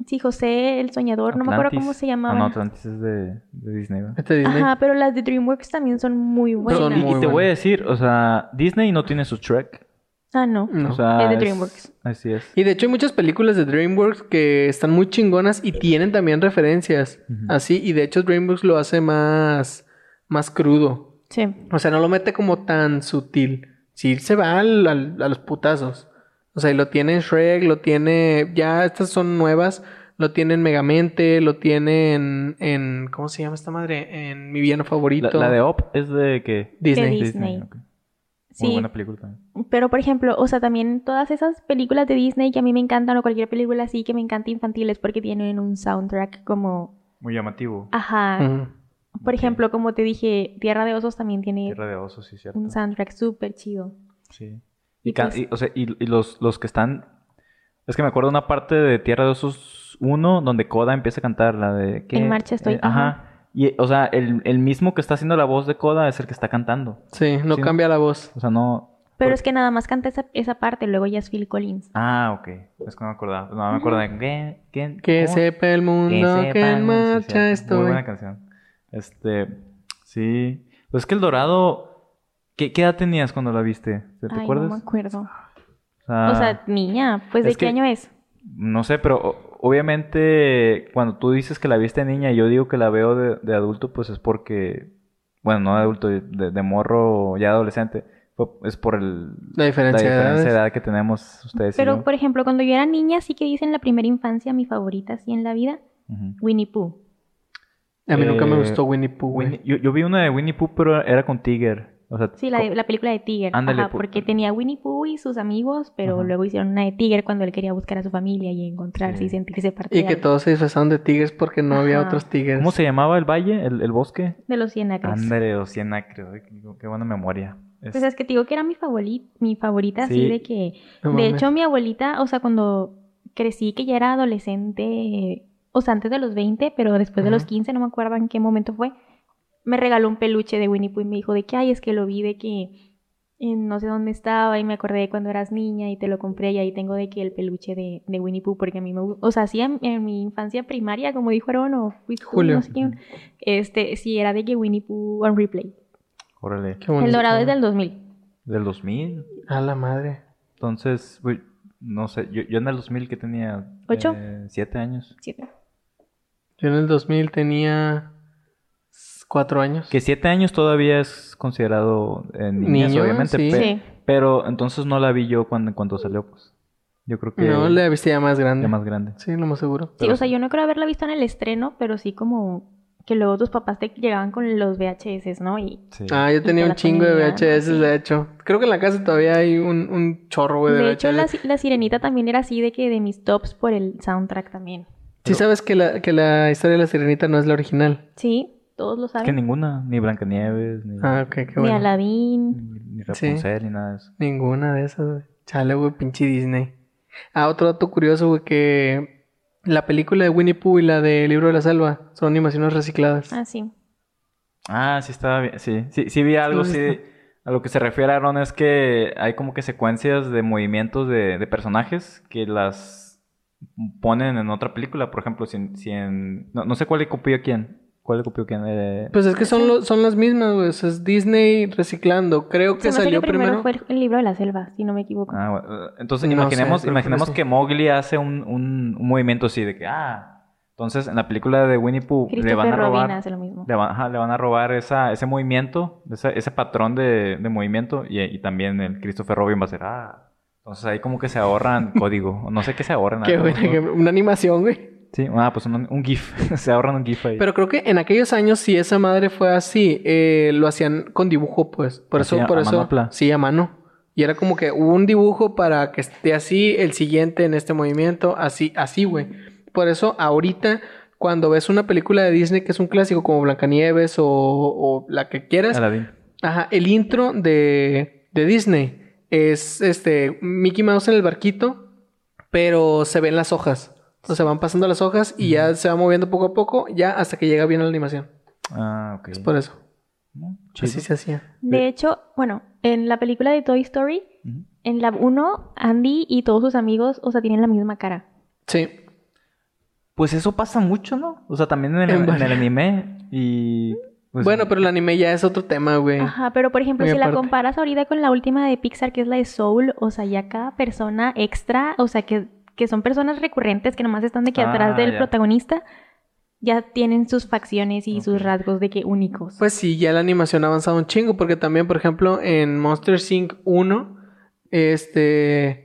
S2: Sí, José el Soñador. No me acuerdo
S3: Atlantis.
S2: cómo se
S3: Ah,
S2: llamaba.
S3: no, Atlantis es de, de Disney. ¿verdad?
S1: Este Disney.
S2: Ajá, pero las de DreamWorks también son muy buenas.
S1: Son
S3: y, y
S1: muy
S3: te voy a
S1: buenas.
S3: decir, o sea, Disney no tiene su Trek.
S2: Ah, no.
S1: No.
S3: O sea,
S2: Es de DreamWorks.
S3: así es.
S1: Y de hecho hay muchas películas de DreamWorks que están muy chingonas y tienen también referencias.
S3: Ujú.
S1: Así, y de hecho DreamWorks lo hace más, más crudo.
S2: Sí.
S1: O sea, no lo mete como tan sutil. Sí, se va al- al- a los putazos. O sea, y lo tiene en Shrek, lo tiene... Ya estas son nuevas. Lo tiene en Megamente, lo tiene en... en- ¿Cómo se llama esta madre? En Mi Villano
S3: La,
S1: Favorito.
S3: la de Op es de que
S1: Disney.
S2: Disney.
S3: ok. Muy
S2: Sí,
S3: buena película también.
S2: Pero, por ejemplo, o sea, también todas esas películas de Disney que a mí me encantan, o cualquier película así que me encanta infantil, es porque tienen un soundtrack como.
S3: Muy llamativo.
S2: Ajá.
S1: Ujú.
S2: Por
S3: Ok.
S2: ejemplo, como te dije, Tierra de Osos también tiene
S3: Tierra de osos, sí, cierto.
S2: un soundtrack súper chido.
S3: Sí.
S2: Y
S3: Y, can-
S2: pues-
S3: y, o sea, y- y los, los que están. Es que me acuerdo una parte de Tierra de Osos 1 donde Koda empieza a cantar la de. que eh,
S2: En marcha estoy,
S3: ajá.
S2: ajá.
S3: Y, o sea, el, el mismo que está haciendo la voz de Koda es el que está cantando.
S1: Sí, no
S3: Sí.
S1: cambia la voz.
S3: O sea, no.
S2: Pero
S3: Por-
S2: es que nada más canta esa, esa parte, luego ya es Phil Collins.
S3: Ah, ok. Es que no me acordaba. No me acordaba de. ¿Qué, qué,
S1: Que
S3: cómo-
S1: sepa el mundo que,
S3: sepan,
S1: en
S3: sí, sí,
S1: marcha
S3: sí. Muy
S1: estoy.
S3: buena canción. Este. Sí. Pues es que el Dorado. ¿Qué, qué edad tenías cuando la viste? ¿Te, te
S2: Ay,
S3: acuerdas?
S2: no me acuerdo.
S3: sea,
S2: O sea, niña, pues, ¿de
S3: Es
S2: qué
S3: que-
S2: año es?
S3: No sé, pero o- obviamente cuando tú dices que la viste de niña, y yo digo que la veo de, de adulto, pues es porque, bueno, no de adulto, de, de morro ya adolescente, fue- es por el,
S1: La
S3: la
S1: diferencia, de
S3: diferencia de
S1: edades.
S3: edad que tenemos ustedes. y
S2: Pero, pues,
S3: yo.
S2: por ejemplo, cuando yo era niña, sí que dicen la primera infancia, mi favorita, así en la vida,
S3: Ujú.
S2: Winnie Pooh.
S1: A mí nunca me
S3: Eh,
S1: gustó Winnie Pooh, güey.
S3: Winnie- yo, yo vi una de Winnie Pooh, pero era con Tiger. O sea,
S2: Sí, la, de-
S3: co-
S2: la película de Tiger.
S3: Ándale,
S2: Ajá,
S3: pu-
S2: porque tenía Winnie Pooh y sus amigos, pero
S3: Ajá.
S2: luego hicieron una de Tiger cuando él quería buscar a su familia y encontrarse
S3: Sí.
S2: y sentirse parte
S1: Y
S2: de,
S1: que
S2: algo.
S1: todos se disfrazaron de tigres porque no había
S2: Ajá.
S1: otros tigres.
S3: ¿Cómo se llamaba el valle, el, el bosque?
S2: de los cien acres.
S3: Ándale, o Siena, creo. Ay, Qué, qué buena memoria. Este, Es-
S2: Pues es que te digo que era mi, favoli- mi favorita, así
S3: Sí.
S2: de que...
S1: No
S2: de
S1: mames.
S2: hecho, mi abuelita, o sea, cuando crecí, que ya era adolescente, o sea, antes de los 20, pero después de los
S1: Ujú.
S2: 15, no me acuerdo en qué momento fue, me regaló un peluche de Winnie Pooh y me dijo de que, ay, es que lo vi, de que en no sé dónde estaba y me acordé de cuando eras niña y te lo compré y ahí tengo de que el peluche de, de Winnie Pooh porque a mí me gu- o sea sí en, en mi infancia primaria como dijo Aaron o fuiste tú,
S1: Julio.
S2: no sé quién, este sí era de que Winnie Pooh on replay
S3: Órale.
S1: Qué bonito.
S2: el dorado es del 2000
S3: Del 2000.
S1: A la madre.
S3: Entonces, güey, no sé. Yo, yo en el 2000 que tenía.
S2: ¿Ocho?
S3: Eh, siete años.
S2: sí, ¿no?
S1: Yo en el 2000 tenía s- cuatro años.
S3: Que siete años todavía es considerado eh, niñas,
S1: Niño,
S3: obviamente.
S1: sí.
S3: pe-
S2: Sí.
S3: Pero entonces no la vi yo cuando, en cuanto salió, pues. Yo creo que.
S1: No, la viste ya más grande.
S3: ya más grande.
S1: Sí, lo más seguro.
S2: Sí,
S3: Pero
S2: o sea,
S3: sí.
S2: yo no creo haberla visto en el estreno, pero sí como que luego tus papás te llegaban con los VHS, ¿no? Y
S3: Sí.
S1: Ah, yo
S2: Y
S1: tenía
S2: te
S1: un
S2: la
S1: chingo de
S2: ponían,
S1: VHS,
S2: sí.
S1: de hecho. Creo que en la casa todavía hay un, un chorro, güey, de,
S2: de
S1: VHS.
S2: hecho la, si- la sirenita también era así de que de mis tops por el soundtrack también.
S1: Sí sabes que la, que la historia de la sirenita no es la original.
S2: Sí, todos lo
S3: Es que
S2: saben.
S3: ninguna, ni Blancanieves, ni,
S1: Ah, ok, qué
S2: Ni
S1: bueno.
S2: Aladdin.
S3: ni- ni Rapunzel, ni nada de eso.
S1: Ninguna de esas, güey. Chale, güey, pinche Disney. Ah, otro dato curioso, güey, que la película de Winnie Pooh y la de Libro de la Selva son animaciones recicladas.
S2: Ah, sí.
S3: Ah, sí estaba bien. Sí, sí, sí vi algo,
S1: ¿Lo
S3: sí.
S1: viste?
S3: A lo que se refiere Aaron es que hay como que secuencias de movimientos de, de personajes que las ponen en otra película. Por ejemplo, si, en- si en... No, no sé cuál le copió a quién. ¿Cuál le copió a quién? eh,
S1: Pues es que son, lo- son las mismas, güey. O sea, es Disney reciclando. Creo
S2: Se
S1: que
S2: me hace
S1: salió
S2: que primero,
S1: primero.
S2: fue el- el libro de la selva, si no me equivoco.
S3: ah, bueno, eh, Entonces
S1: No sé,
S3: imaginemos,
S1: creo que
S3: imaginemos
S1: sí.
S3: que Mowgli hace un, un- un movimiento así de que... Ah, entonces en la película de Winnie Pooh le van
S2: Christopher
S3: a
S2: Robin
S3: robar...
S2: hace lo mismo.
S3: Le van, ajá, le van a robar esa, ese movimiento, esa- ese patrón de, de movimiento y, y también el Christopher Robin va a ser, ah, entonces ahí como que
S1: [LAUGHS]
S3: se ahorran código, o no sé qué se ahorran.
S1: Qué
S3: algo,
S1: buena,
S3: ¿no?
S1: que- una animación, güey.
S3: Sí, ah, pues un, un GIF, [LAUGHS] se ahorran un GIF ahí.
S1: Pero creo que en aquellos años, si esa madre fue así, eh, lo hacían con dibujo, pues. Por eso,
S3: Así, a-
S1: por
S3: a
S1: eso.
S3: manopla.
S1: Sí, a mano. Y era como que hubo un dibujo para que esté así, el siguiente en este movimiento, así, así, güey. Por eso, ahorita, cuando ves una película de Disney que es un clásico como Blancanieves o, o la que quieras,
S3: Aladdin.
S1: Ajá, el intro de, de Disney es este Mickey Mouse en el barquito, pero se ven las hojas. O sea, van pasando las hojas y ya se va moviendo poco a poco, ya hasta que llega bien a la animación.
S3: Ah, ok.
S1: Es por eso.
S3: Mm, chido.
S1: Así se hacía.
S2: De hecho, bueno, en la película de Toy Story,
S3: Ujú.
S2: en la 1, Andy y todos sus amigos, o sea, tienen la misma cara.
S1: Sí.
S3: Pues eso pasa mucho, ¿no? O sea, también en el,
S1: En
S3: en el
S1: varias-
S3: anime y... pues,
S1: bueno, pero el anime ya es otro tema, güey.
S2: Ajá, pero por ejemplo,
S1: Muy
S2: si
S1: aparte.
S2: la comparas ahorita con la última de Pixar, que es la de Soul, o sea, ya cada persona extra, o sea, que, que son personas recurrentes que nomás están de que
S3: Ah,
S2: atrás del
S3: ya.
S2: protagonista, ya tienen sus facciones y sus
S3: Ok.
S2: rasgos de que únicos.
S1: Pues sí, ya la animación ha avanzado un chingo, porque también, por ejemplo, en Monster Inc. 1, este,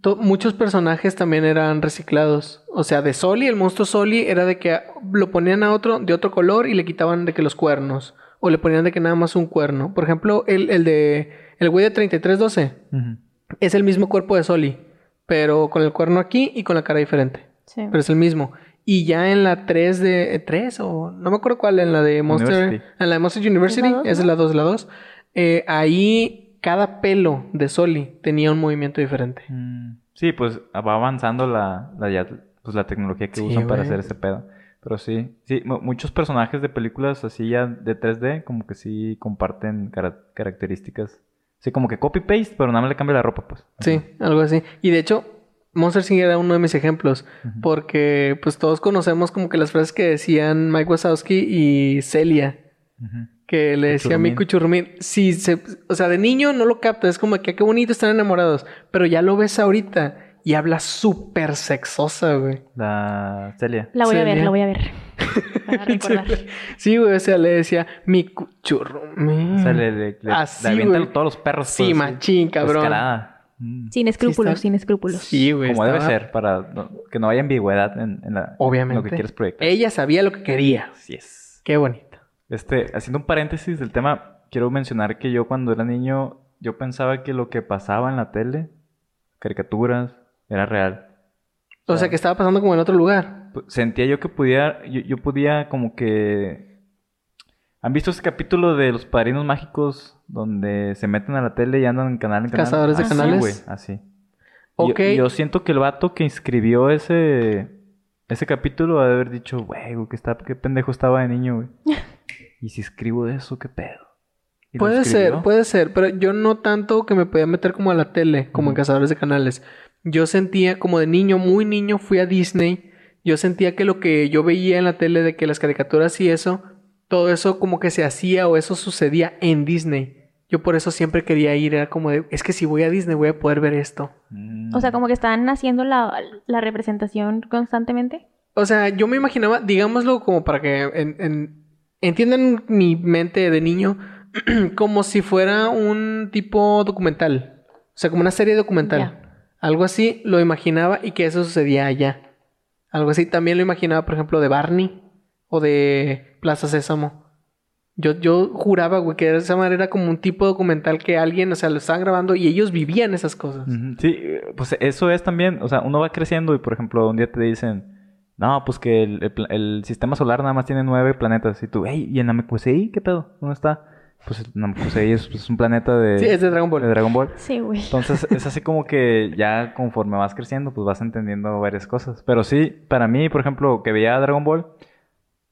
S1: to- muchos personajes también eran reciclados. O sea, de Soli, el monstruo Soli era de que lo ponían a otro de otro color y le quitaban de que los cuernos. O le ponían de que nada más un cuerno. Por ejemplo, el, el de, el güey de 3312
S3: ujú.
S1: es el mismo cuerpo de Soli, pero con el cuerno aquí y con la cara diferente.
S2: Sí.
S1: Pero es el mismo. Y ya en la 3 de... eh, 3 o... No me acuerdo cuál, en la de Monster...
S3: University.
S1: En la de Monster University,
S2: ¿Es la dos,
S1: esa es la 2, la 2. eh, ahí cada pelo de Soli tenía un movimiento diferente.
S3: Mm, Sí, pues va avanzando la, la, ya- pues, la tecnología que
S1: Sí,
S3: usan para
S1: güey.
S3: hacer ese pedo. Pero sí, sí, mu- muchos personajes de películas así ya de 3D, como que sí comparten cara- características. Sí, como que copy-paste, pero nada más le cambia la ropa, pues.
S1: Sí, algo así. Y de hecho, Monster Inc. era uno de mis ejemplos.
S3: Ujú.
S1: Porque pues todos conocemos como que las frases que decían Mike Wazowski y Celia.
S3: Ujú.
S1: Que le decía a mi cuchurmín. Sí, se- o sea, de niño no lo capta. Es como que "Ah, qué bonito están enamorados. Pero ya lo ves ahorita y habla súper sexosa, güey.
S3: La Celia.
S2: La voy a ver,
S1: Celia.
S2: la voy
S1: [LAUGHS]
S2: a ver. Para recordar.
S1: Sí, güey, o sea, le decía mi cuchurrumín.
S3: O sea, le, le, le-
S1: Así,
S3: le avienta
S1: Mm. Ah, güey.
S3: todos los perros.
S1: Sí,
S3: pues, así,
S1: machín, cabrón.
S3: descarada. Mm.
S2: Sin escrúpulos,
S1: está-
S2: sin escrúpulos.
S1: Sí, güey.
S3: como debe
S1: estaba-
S3: ser, para no- que no haya ambigüedad en, en la-
S1: Obviamente.
S3: lo que quieres proyectar.
S1: Ella sabía lo que quería.
S3: Así es.
S1: Qué bonito.
S3: Este, haciendo un paréntesis del tema, quiero mencionar que yo cuando era niño, yo pensaba que lo que pasaba en la tele, caricaturas, era real.
S1: O sea, que estaba pasando como en otro lugar.
S3: P- Sentía yo que podía, yo, yo podía como que... ¿Han visto ese capítulo de Los Padrinos Mágicos donde se meten a la tele y andan en canal en canal?
S1: Cazadores
S2: de
S3: Así,
S2: canales.
S3: güey, así.
S1: Ok.
S3: Yo, yo siento que el vato que inscribió ese, ese capítulo ha de haber dicho,
S1: [LAUGHS]
S3: güey, güey, qué, está- qué pendejo estaba de niño, güey. y si escribo de eso, qué pedo. y lo
S1: Puede ser,
S3: escribió.
S1: puede ser, pero yo no tanto que me podía meter como a la tele, como en
S3: Ujú.
S1: cazadores de canales. Yo sentía como de niño, muy niño, fui a Disney. Yo sentía que lo que yo veía en la tele de que las caricaturas y eso, todo eso como que se hacía o eso sucedía en Disney. Yo por eso siempre quería ir, era como de, es que si voy a Disney voy a poder ver esto.
S3: Mm.
S2: O sea, como que estaban haciendo la, la representación constantemente.
S1: O sea, yo me imaginaba, digámoslo como para que en- en- entiendan mi mente de niño, [CLEARS THROAT] como si fuera un tipo documental. O sea, como una serie documental. Algo así lo imaginaba y que eso sucedía allá. Algo así también lo imaginaba, por ejemplo, de Barney o de Plaza Sésamo. Yo, yo juraba, güey, que de esa manera era como un tipo documental que alguien, o sea, lo estaban grabando y ellos vivían esas cosas.
S3: Ujú, Sí, eh, pues eso es también, o sea, uno va creciendo y por ejemplo un día te dicen, no, pues que el, el pla- el sistema solar nada más tiene nueve planetas y tú, hey, ¿y en Namekusei qué pedo? ¿Dónde está? Pues el Namekusei es, pues, un planeta de,
S1: Sí, es de Dragon
S3: de
S1: Ball.
S3: Dragon Ball.
S2: Sí, güey.
S3: Entonces es así como que ya conforme vas creciendo, pues vas entendiendo varias cosas. Pero sí, para mí, por ejemplo, que veía Dragon Ball,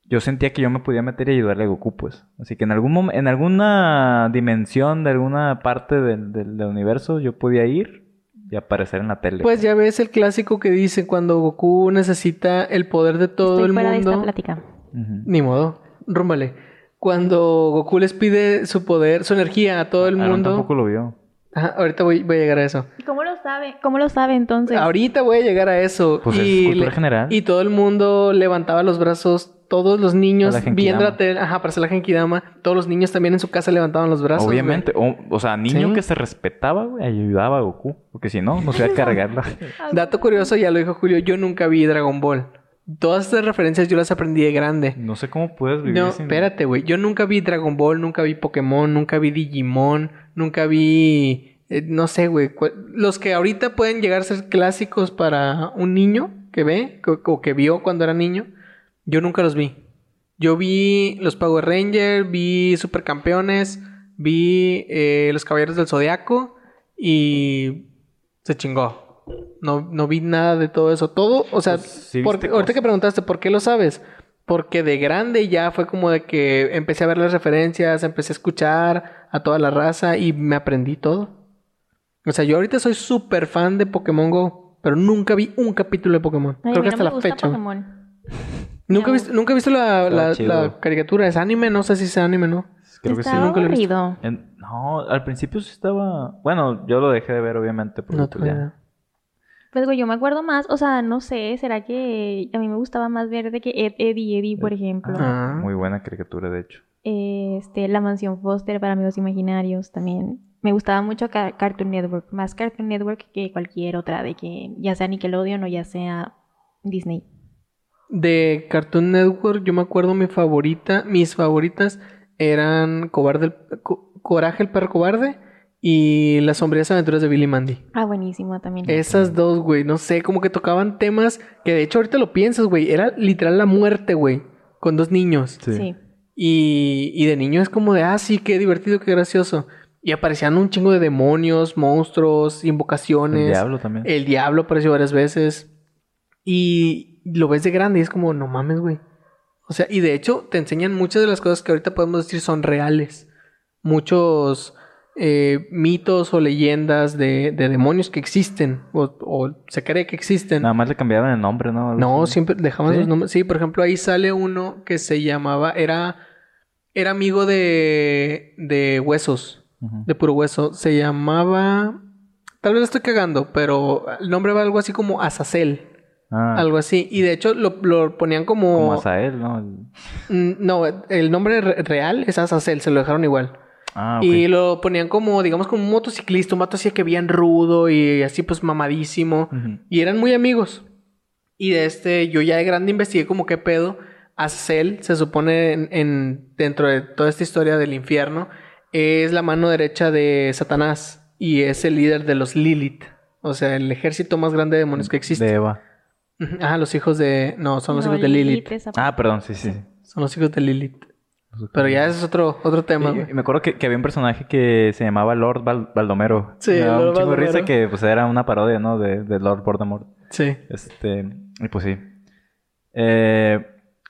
S3: yo sentía que yo me podía meter y ayudarle a Goku, pues. Así que en algún mom- en alguna dimensión de alguna parte del, del- del universo, yo podía ir y aparecer en la tele.
S1: Pues ya ves el clásico que dice cuando Goku necesita el poder de todo
S2: Estoy
S1: el
S2: fuera de esta
S1: mundo.
S2: plática.
S3: Ujú.
S1: Ni modo, rúmbale. Cuando Goku les pide su poder, su energía a todo el
S3: Ah, Aaron
S1: mundo.
S3: tampoco lo vio.
S1: Ajá, ahorita voy, voy a llegar a eso.
S2: ¿Y cómo lo sabe? ¿Cómo lo sabe entonces?
S1: Ahorita voy a llegar a eso.
S3: Pues es
S1: y,
S3: cultura
S1: le-
S3: general.
S1: y todo el mundo levantaba los brazos, todos los niños
S3: Para la
S1: viendo la
S3: Genkidama.
S1: tele, ajá, para hacer la Genkidama, todos los niños también en su casa levantaban los brazos. güey.
S3: Obviamente, o, o sea, niño
S1: Sí.
S3: que se respetaba, güey, ayudaba a Goku, porque si no,
S1: [LAUGHS]
S3: no se iba a cargarla.
S2: Ah,
S1: Dato curioso, ya lo dijo Julio, yo nunca vi Dragon Ball. Todas estas referencias yo las aprendí de grande.
S3: No sé cómo puedes vivir
S1: No,
S3: sin-
S1: espérate, güey. Yo nunca vi Dragon Ball, nunca vi Pokémon, nunca vi Digimon, nunca vi. eh, no sé, güey. cu- Los que ahorita pueden llegar a ser clásicos para un niño que ve co- o que vio cuando era niño, yo nunca los vi. Yo vi los Power Rangers, vi Supercampeones, vi eh, los Caballeros del Zodiaco y se chingó. No, no vi nada de todo eso. Todo, o sea,
S3: Pues, sí
S1: por-
S3: viste
S1: ahorita
S3: cosas.
S1: que preguntaste, ¿por qué lo sabes? Porque de grande ya fue como de que empecé a ver las referencias, empecé a escuchar a toda la raza y me aprendí todo. O sea, yo ahorita soy súper fan de Pokémon Go, pero nunca vi un capítulo de Pokémon. Creo
S2: Ay,
S1: que
S2: a mí no
S1: hasta
S2: me
S1: la
S2: gusta
S1: fecha. güey.
S2: Pokémon.
S1: Nunca he visto, nunca he visto la,
S3: Estaba
S1: la-
S3: chido.
S1: la caricatura. ¿Es anime? No sé si es anime, ¿no?
S3: Creo que sí.
S2: Está
S1: nunca lo he visto.
S2: aburrido.
S3: En- no, al principio sí estaba. Bueno, yo lo dejé de ver, obviamente, porque
S1: No
S3: pues,
S1: tengo
S3: ya.
S1: idea.
S2: Pues, güey, yo me acuerdo más, o sea, no sé, ¿será que a mí me gustaba más ver de que Ed, Eddie, Eddie, por
S3: Ed-
S2: ejemplo?
S1: Ah.
S3: Muy buena caricatura, de hecho.
S2: Este, La Mansión Foster para Amigos Imaginarios también. Me gustaba mucho Ca- Cartoon Network, más Cartoon Network que cualquier otra, de que ya sea Nickelodeon o ya sea Disney.
S1: De Cartoon Network, yo me acuerdo mi favorita, mis favoritas eran Cobarde, el- Co- Coraje el perro cobarde y Las sombrías aventuras de Billy Mandy.
S2: Ah, buenísimo también.
S1: Esas dos, güey, no sé, como que tocaban temas que de hecho ahorita lo piensas, güey, era literal la muerte, güey, con dos niños.
S2: sí.
S1: Y, y de niño es como de, ah, sí, qué divertido, qué gracioso. Y aparecían un chingo de demonios, monstruos,
S3: El
S1: invocaciones.
S3: diablo también.
S1: El diablo apareció varias veces. Y lo ves de grande y es como, no mames, güey. O sea, y de hecho te enseñan muchas de las cosas que ahorita podemos decir son reales. Muchos eh, mitos o leyendas de, de demonios que existen o, o se cree que existen.
S3: Nada más le cambiaron el nombre, ¿no? Algo
S1: No,
S3: así.
S1: siempre dejaban
S3: ¿Sí?
S1: los nombres. Sí, por ejemplo, ahí sale uno que se llamaba, era, era amigo de, de huesos
S3: Ujú.
S1: de puro hueso. Se llamaba. Tal vez la estoy cagando, pero el nombre va algo así como Azazel.
S3: Ah,
S1: Algo así. Y de hecho lo, lo ponían como.
S3: como Azael, ¿no? El-
S1: Mm, No, el nombre re- real es Azazel, se lo dejaron igual.
S3: Ah, ok.
S1: Y lo ponían como, digamos, como un motociclista, un vato así que bien rudo y así pues mamadísimo.
S3: Ujú.
S1: Y eran muy amigos. Y de este, yo ya de grande investigué como qué pedo. Azazel se supone en, en- dentro de toda esta historia del infierno. Es la mano derecha de Satanás. Y es el líder de los Lilith. O sea, el ejército más grande de demonios que
S3: De
S1: existe.
S3: Eva.
S1: Ujú, Ah, los hijos de. No, son los hijos de Lilith.
S2: esa-
S3: Ah, perdón, sí, sí. sí.
S1: Son los hijos de Lilith. Pero ya ese es otro, otro tema,
S3: Y-
S1: güey.
S3: y me acuerdo que, que había un personaje que se llamaba Lord Val- Baldomero.
S1: Sí,
S3: Me daba
S1: Lord
S3: un chingo de
S1: Baldomero.
S3: risa que pues era una parodia, ¿no? De, de Lord Voldemort.
S1: Sí.
S3: Este, y pues sí. Eh,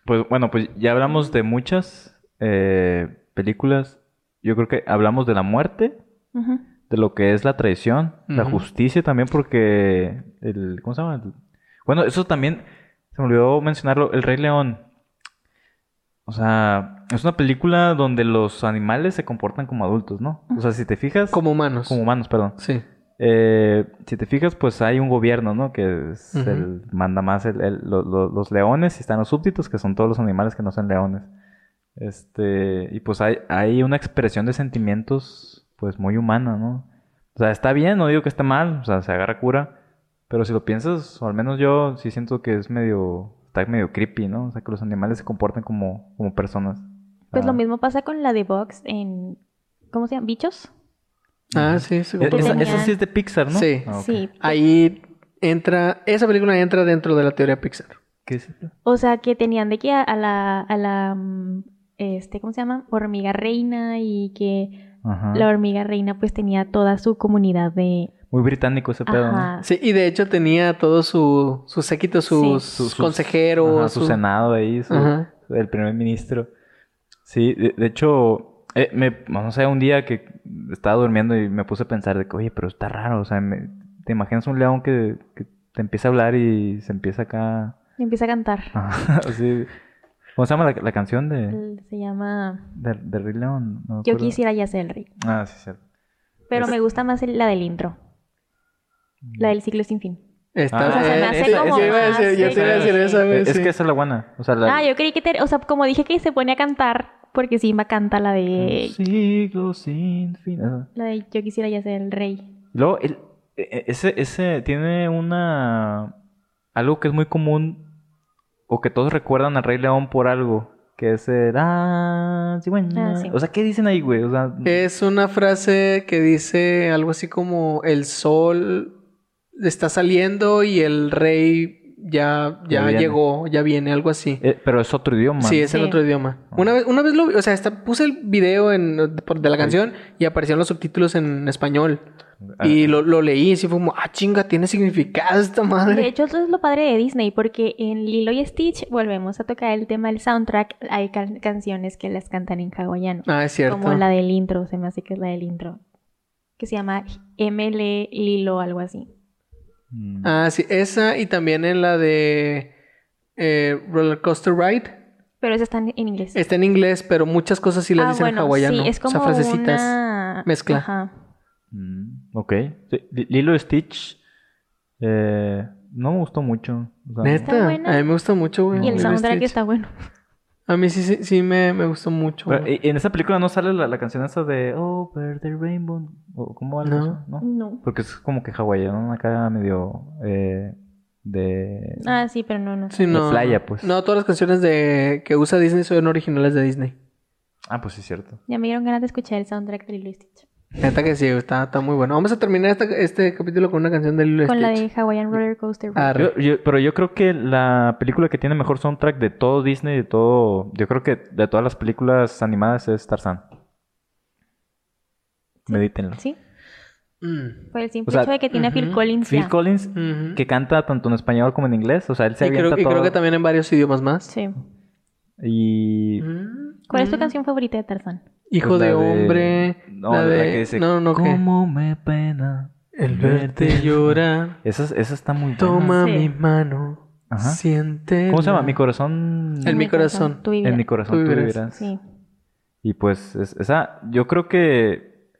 S3: pues bueno, pues ya hablamos de muchas eh, películas. yo creo que hablamos de la muerte,
S2: Ujú.
S3: de lo que es la traición, la
S1: Ujú.
S3: justicia también, porque el, ¿cómo se llama? El- Bueno, eso también se me olvidó mencionarlo, El Rey León. O sea, es una película donde los animales se comportan como adultos, ¿no? O sea, si te fijas,
S1: Como humanos.
S3: como humanos, perdón.
S1: Sí.
S3: Eh, si te fijas, pues hay un gobierno, ¿no? Que es
S1: Ujú.
S3: el- manda más el- el- lo- lo- los leones y están los súbditos, que son todos los animales que no son leones. Este, y pues hay, hay una expresión de sentimientos, pues muy humana, ¿no? O sea, está bien, no digo que esté mal, o sea, se agarra cura, pero si lo piensas, o al menos yo sí siento que es medio, está medio creepy, ¿no? O sea, que los animales se comportan como, como personas.
S2: Pues lo
S3: Ah.
S2: mismo pasa con la de Vox en. ¿Cómo se llama? ¿Bichos?
S1: Ah, sí, sí.
S3: Eh, Esa,
S2: tenían-
S3: esa sí es de Pixar, ¿no?
S1: Sí.
S3: Ah, ok.
S2: Sí.
S1: Ahí entra, esa película entra dentro de la teoría Pixar.
S3: ¿Qué es esto?
S2: O sea, que tenían de que a, a la. A la mm, este, ¿Cómo se llama? Hormiga reina y que
S3: Ajá.
S2: la hormiga reina pues tenía toda su comunidad de.
S3: Muy británico ese pedo, ¿no?
S2: Ajá.
S1: Sí, y de hecho tenía todo su, su séquito, sus,
S2: Sí.
S3: Sus- sus-
S1: consejeros.
S3: Ajá, su,
S1: su-
S3: senado ahí, su-
S2: Ah,
S1: Ajá.
S3: el primer ministro. Sí, de, de hecho, eh, me, no sé, un día que estaba durmiendo y me puse a pensar de que, oye, pero está raro, o sea, me- te imaginas un león que, que te empieza a hablar y se empieza acá, [LAUGHS]
S2: Y empieza a cantar.
S3: Ajá, así. ¿Cómo se llama la, la canción de,
S2: Él Se llama.
S3: de, de Rey León? No me
S2: Yo
S3: acuerdo.
S2: quisiera ya ser el rey.
S3: Ah, sí, cierto.
S2: Pero
S3: Es-
S2: me gusta más el- la del intro. La
S3: Eh,
S2: del ciclo sin fin.
S1: Está
S3: O sea, se
S2: me hace
S1: eh, eh,
S2: como
S1: yo iba a decir-
S2: más
S1: yo te iba a decir
S2: de-
S1: esa
S3: Es,
S1: vez.
S3: que esa es la buena, o sea, la...
S2: Ah, yo creí que, te- o sea, como dije que se pone a cantar, porque Simba canta la de,
S3: Un siglo sin fin. ajá.
S2: la de Yo quisiera ya ser el rey.
S3: Luego, el- e- e- ese, ese tiene una. Algo que es muy común. O que todos recuerdan al Rey León por algo. Que es el. Ah, sí, bueno.
S2: Ah, sí.
S3: O sea, ¿qué dicen ahí, güey? O sea.
S1: Es una frase que dice algo así como el sol está saliendo y el rey ya,
S3: Ya
S1: ya
S3: viene.
S1: llegó, ya viene, algo así.
S3: eh, pero es otro idioma.
S1: Sí, es en
S2: Sí.
S1: otro idioma.
S3: Ah.
S1: Una vez, una vez lo vi, o sea, hasta puse el video en, por- de la canción y aparecieron los subtítulos en español.
S3: Ah,
S1: Y lo, lo leí y sí fue como, ah, chinga, tiene significado esta
S2: De
S1: madre.
S2: hecho, eso es lo padre de Disney, porque en Lilo y Stitch volvemos a tocar el tema del soundtrack. Hay can- canciones que las cantan en hawaiano,
S1: Ah, es cierto.
S2: como la del intro, se me hace que es la del intro, que se llama ML Lilo, algo así.
S3: mm,
S1: Ah, sí, esa y también en la de eh, Roller Coaster Ride.
S2: Pero esas están en inglés.
S1: Está en inglés, pero muchas cosas sí las dicen en hawaiano.
S2: Ah, sí, es
S1: o
S2: como
S1: sea, frasecitas.
S2: una
S1: mezcla.
S2: Ajá.
S3: mm, ok. Sí, Li- Lilo y Stitch. eh, no me gustó mucho. o sea,
S2: Está
S1: Neta,
S2: buena.
S1: a mí me gusta mucho, güey.
S3: No,
S2: Y el
S1: Lilo
S2: soundtrack
S1: Stitch.
S2: está bueno.
S1: A mí sí, sí, sí me, me gustó mucho.
S3: pero,
S1: güey.
S3: eh, en esa película no sale la, la canción esa de Over the Rainbow. O, ¿Cómo algo?
S1: No.
S3: así, ¿no?
S2: No.
S3: Porque es como que hawaiano acá medio eh, de...
S2: Ah, sí, pero no, no.
S1: Sí,
S3: la
S1: no.
S3: playa, pues.
S1: No, todas las canciones de que usa Disney son originales de Disney.
S3: Ah, pues sí, es cierto.
S2: Ya me dieron ganas de escuchar el soundtrack de Lilo y Stitch.
S1: Neta que sí, güey, está, está muy bueno. Vamos a terminar esta- este capítulo con una canción de Lilo
S2: Con la
S1: Stitch. Ah.
S2: de Hawaiian Roller Coaster. Ride.
S1: Arre.
S3: Yo- yo- pero yo creo que la película que tiene mejor soundtrack de todo Disney, de todo... Yo creo que de todas las películas animadas es Tarzán. Medítenlo.
S2: Sí,
S1: Mm.
S2: por el simple
S3: O sea,
S2: hecho de que tiene a Phil
S1: ujú,
S2: Collins.
S3: Phil
S2: ya.
S3: Collins,
S1: Ujú.
S3: que canta tanto en español como en inglés. O sea, él se
S1: y creo,
S3: avienta
S1: y
S3: todo.
S1: creo que también en varios idiomas más.
S2: Sí.
S3: Y...
S1: Mm.
S2: ¿Cuál es tu
S1: Mm.
S2: canción favorita de Tarzán?
S1: Hijo
S3: Pues la
S1: de
S3: de-
S1: hombre.
S3: No,
S1: la
S3: la
S1: de...
S3: que dice,
S1: no, no, ¿qué?
S3: ¿Cómo me pena?
S1: El verte llorar.
S3: Esa, esa está muy buena.
S1: Toma
S2: Sí.
S1: mi mano.
S3: Ajá.
S1: Siente.
S3: ¿Cómo se llama? Mi corazón...
S1: En mi corazón.
S2: Tú
S3: En mi
S2: vivirás.
S3: corazón
S1: Tú
S3: tú
S1: vivirás.
S3: vivirás.
S2: Sí.
S3: Y pues, es- esa, yo creo que,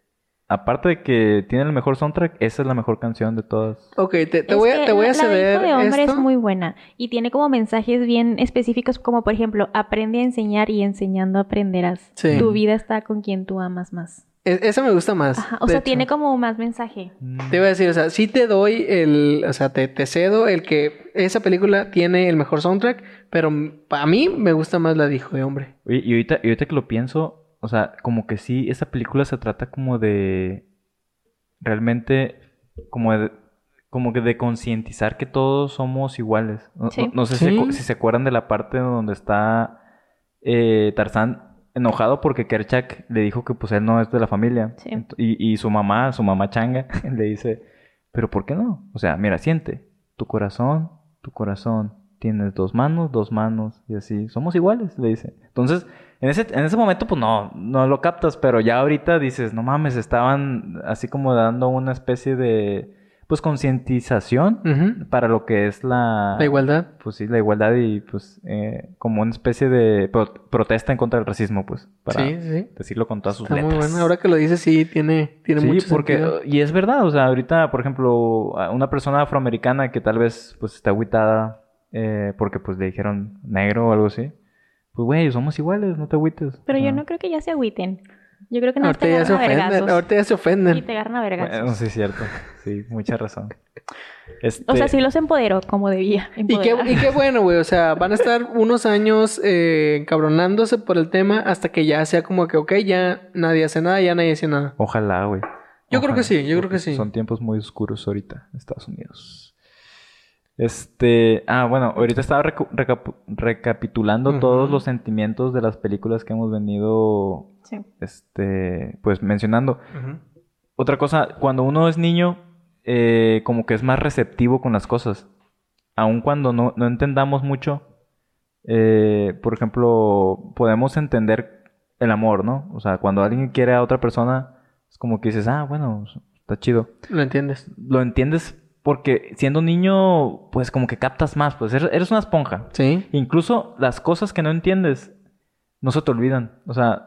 S3: aparte de que tiene el mejor soundtrack, esa es la mejor canción de todas.
S1: Ok, te, te
S2: Es
S1: voy, a,
S2: que
S1: te voy a
S2: la-
S1: ceder.
S2: La de Hijo de hombre
S1: esto.
S2: es muy buena y tiene como mensajes bien específicos, como por ejemplo, aprende a enseñar y enseñando aprenderás.
S1: Sí.
S2: Tu vida está con quien tú amas más.
S1: E- esa me gusta más.
S2: Ajá, o
S1: de
S2: sea,
S1: hecho.
S2: tiene como más mensaje.
S1: Te iba a decir, o sea, sí te doy el. O sea, te, te cedo el que esa película tiene el mejor soundtrack, pero a mí me gusta más la de Hijo de Hombre.
S3: Oye, y, ahorita, y ahorita que lo pienso, o sea, como que sí, esa película se trata como de, realmente, como de, como que de concientizar que todos somos iguales. No,
S2: Sí.
S3: no- no sé si,
S1: Sí.
S3: acu- si se acuerdan de la parte donde está eh, Tarzán enojado porque Kerchak le dijo que pues él no es de la familia.
S2: Sí.
S3: Ent- Y, y su mamá, su mamá changa, [LAUGHS] le dice, pero ¿por qué no? O sea, mira, siente, tu corazón, tu corazón, tienes dos manos, dos manos, y así, somos iguales, le dice. Entonces, en ese, en ese momento, pues no, no lo captas, pero ya ahorita dices, no mames, estaban así como dando una especie de, pues, concientización
S1: Ujú.
S3: para lo que es la...
S1: Mm. La igualdad.
S3: Pues sí, la igualdad y, pues, eh, como una especie de pro- protesta en contra del racismo, pues, para
S1: Sí, sí, sí.
S3: decirlo con todas sus
S1: Está muy
S3: letras.
S1: bueno. Ahora que lo dices, sí, tiene, tiene
S3: Sí,
S1: mucho
S3: porque
S1: sentido.
S3: y es verdad, o sea, ahorita, por ejemplo, a una persona afroamericana que tal vez pues está agüitada eh, porque pues le dijeron negro o algo así, pues güey, somos iguales, no te agüites.
S2: Pero
S3: O
S2: yo
S3: sea,
S2: no creo que ya se agüiten. Yo creo que no
S1: Ah. Ahorita
S2: te
S1: ya se
S2: agarran a
S1: ofenden.
S2: vergazos.
S1: Ahorita ya se
S2: Y
S1: ofenden.
S2: te agarran a vergazos.
S3: Bueno, [LAUGHS] sí es cierto, sí, mucha razón. Este,
S2: O sea, sí los empodero como debía.
S1: Y qué,
S2: empoderar.
S1: y qué bueno, güey. O sea, van a estar unos años eh, encabronándose por el tema hasta que ya sea como que, ok, ya nadie hace nada, ya nadie hace nada.
S3: Ojalá, güey.
S1: Yo creo que
S3: Ojalá,
S1: sí, yo creo
S3: porque
S1: que sí.
S3: Son tiempos muy oscuros ahorita en Estados Unidos. Este, ah, bueno, ahorita estaba recu- recap- recapitulando
S1: Ujú.
S3: todos los sentimientos de las películas que hemos venido
S2: Sí.
S3: este, pues mencionando. Otra cosa, cuando uno es niño, eh, como que es más receptivo con las cosas. Aun cuando no, no entendamos mucho, eh, por ejemplo, podemos entender el amor, ¿no? O sea, cuando alguien quiere a otra persona, es como que dices, ah, bueno, está chido.
S1: ¿Lo entiendes?
S3: Lo entiendes porque siendo niño, pues como que captas más, pues eres- eres una esponja.
S1: Sí.
S3: Incluso las cosas que no entiendes no se te olvidan. O sea,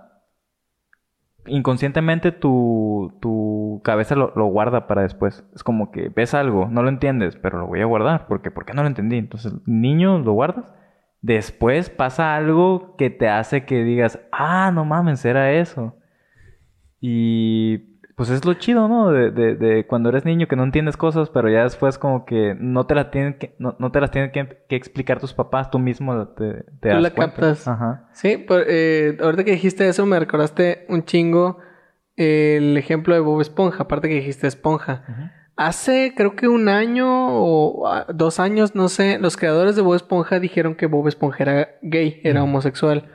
S3: inconscientemente tu, tu cabeza lo, lo guarda para después. Es como que ves algo, no lo entiendes, pero lo voy a guardar. porque ¿Por qué no lo entendí? Entonces, niño, lo guardas. Después pasa algo que te hace que digas, ah, no mames, era eso. Y pues es lo chido, ¿no? De, de- de cuando eres niño que no entiendes cosas, pero ya después como que no te las tienen que, no, no te las tienen que, que explicar tus papás, tú mismo la- te,
S1: Tú
S3: te das
S1: la
S3: cuenta.
S1: captas.
S3: Ajá.
S1: Sí, por- eh, ahorita que dijiste eso me recordaste un chingo el ejemplo de Bob Esponja, aparte que dijiste esponja. Hace creo que un año o ah, dos años, no sé, los creadores de Bob Esponja dijeron que Bob Esponja era gay, era
S3: Ujú.
S1: homosexual.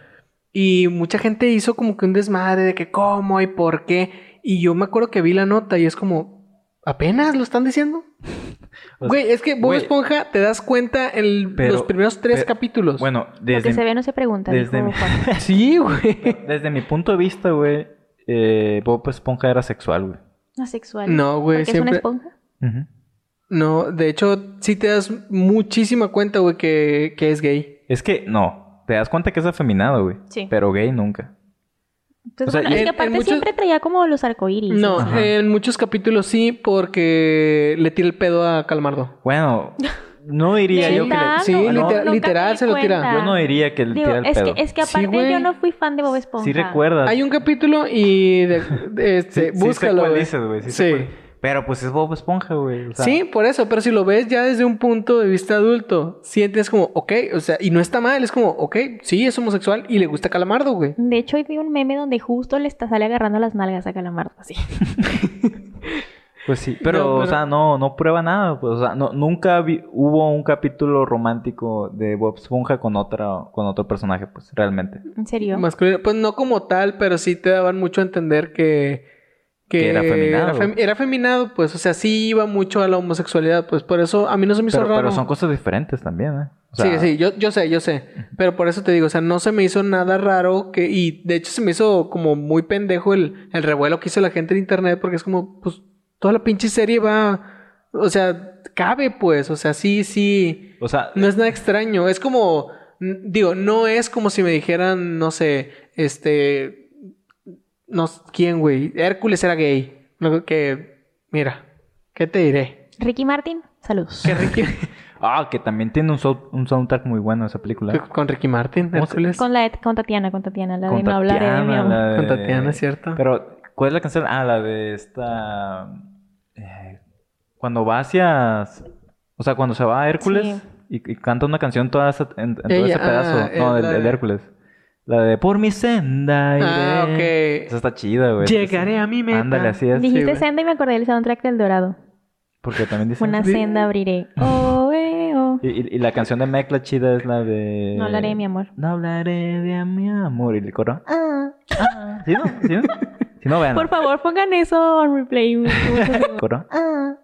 S1: Y mucha gente hizo como que un desmadre de que cómo y por qué. Y yo me acuerdo que vi la nota y es como, apenas lo están diciendo.
S3: [LAUGHS] O sea,
S1: Güey, es que Bob
S3: güey.
S1: Esponja te das cuenta en
S3: Pero-
S1: los primeros tres
S3: pero-
S1: capítulos.
S3: Bueno,
S2: Pues, Lo que se
S3: desde,
S2: ve no se pregunta.
S3: desde
S2: dijo
S3: mi-
S1: [LAUGHS]
S2: Juan.
S1: sí, güey.
S3: desde mi punto de vista, güey, eh, Bob Esponja era sexual, güey.
S2: Asexual.
S1: No,
S2: Porque
S1: güey,
S2: es una
S1: siempre.
S2: esponja.
S1: No, de hecho, sí te das muchísima cuenta, güey, que, que es gay.
S3: Es que, no, te das cuenta que es afeminado, güey.
S2: Sí.
S3: Pero gay nunca.
S2: Entonces,
S3: O sea,
S2: Pues bueno, es
S1: en-
S2: que
S1: en
S2: aparte
S1: muchos-
S2: siempre traía como los arcoíris.
S1: No,
S2: así.
S3: Ajá.
S1: en muchos capítulos sí, porque le tira el pedo a Calmardo.
S3: Bueno,
S2: [LAUGHS]
S3: no diría yo que le...
S2: ¿Neta?
S1: Sí,
S2: no,
S1: literal-
S2: nunca me di
S1: literal se lo tira.
S2: cuenta.
S3: Yo no diría que le
S2: Digo,
S3: tira el
S2: es,
S3: pedo.
S2: que, es que
S1: Sí,
S2: aparte yo
S1: güey.
S2: no fui fan de Bob Esponja.
S3: Sí recuerdas.
S1: Hay un capítulo y de- de-
S3: Ah. [LAUGHS] Sí,
S1: este,
S3: sí sé
S1: búscalo.
S3: cuál
S1: güey.
S3: dices, güey, sí sé
S1: Sí.
S3: cuál- Pero pues es Bob Esponja, güey. o sea,
S1: Sí, por eso, pero si lo ves ya desde un punto de vista adulto, sientes como, ok, o sea, y no está mal, es como, ok, sí, es homosexual y le gusta Calamardo, güey.
S2: De hecho, hoy vi un meme donde justo le está, sale agarrando las nalgas a Calamardo. Así. [LAUGHS]
S3: Pues sí, pero,
S1: No,
S3: o
S1: pero-
S3: sea, no, no prueba nada. Pues, o sea, no, nunca vi- hubo un capítulo romántico de Bob Esponja con, otra, con otro personaje, pues, realmente.
S2: ¿En serio?
S1: Masculino, pues no como tal, pero sí te daban mucho a entender que...
S3: Que era afeminado.
S1: Era, fem- era afeminado, pues, o sea, sí iba mucho a la homosexualidad, pues por eso a mí no se me hizo
S3: Pero,
S1: raro.
S3: pero son cosas diferentes también, ¿eh? O sea,
S1: sí, sí, yo, yo sé, yo sé. Pero por eso te digo, o sea, no se me hizo nada raro que... Y de hecho se me hizo como muy pendejo el, el revuelo que hizo la gente en internet porque es como, pues, toda la pinche serie va... O sea, cabe pues, o sea, sí, sí.
S3: O sea,
S1: No es nada extraño, es como... n- Digo, no es como si me dijeran, no sé, este... No, s- ¿quién, güey? Hércules era gay. Luego que... Mira, ¿qué te
S3: [LAUGHS]
S1: diré?
S2: Ricky Martin, saludos.
S1: Que Ricky...
S3: ah, que también tiene un, sound- un soundtrack muy bueno esa película.
S1: Con Ricky Martin,
S3: ¿Cómo se-
S1: Hércules.
S2: Con, la de- con Tatiana, con Tatiana, la
S3: Con
S2: de no hablaré de mi
S3: Tatiana,
S2: amor.
S3: la
S1: Con
S3: de-
S1: Tatiana, es cierto.
S3: Pero, ¿cuál es la canción? Ah, la de esta... eh, cuando va hacia... O sea, cuando se va a Hércules
S2: Sí.
S3: y, y canta una canción toda esa- en, en todo
S1: Ella,
S3: ese pedazo.
S1: ah,
S3: no,
S1: es
S3: del
S1: la
S3: del
S1: de-
S3: Hércules. La de Por mi senda iré.
S1: Ah, ok.
S3: Esa está chida, güey.
S1: Llegaré a mi meta.
S3: Ándale, así es.
S1: Sí,
S2: Dijiste
S1: güey.
S2: senda y me acordé del soundtrack del Dorado.
S3: Porque también dice...
S2: Una
S1: Sí.
S2: senda
S3: [LAUGHS]
S2: abriré. Oh, eh, oh.
S3: Y, y- y la canción de Mec, la chida, es la de...
S2: No hablaré de mi amor.
S3: No hablaré de mi amor. Y el coro... Ah, ah. ¿Sí no? ¿Sí
S1: [LAUGHS]
S3: no? Si no, vean. [LAUGHS]
S2: Por favor, pongan eso on replay.
S3: Coro.
S2: Ah.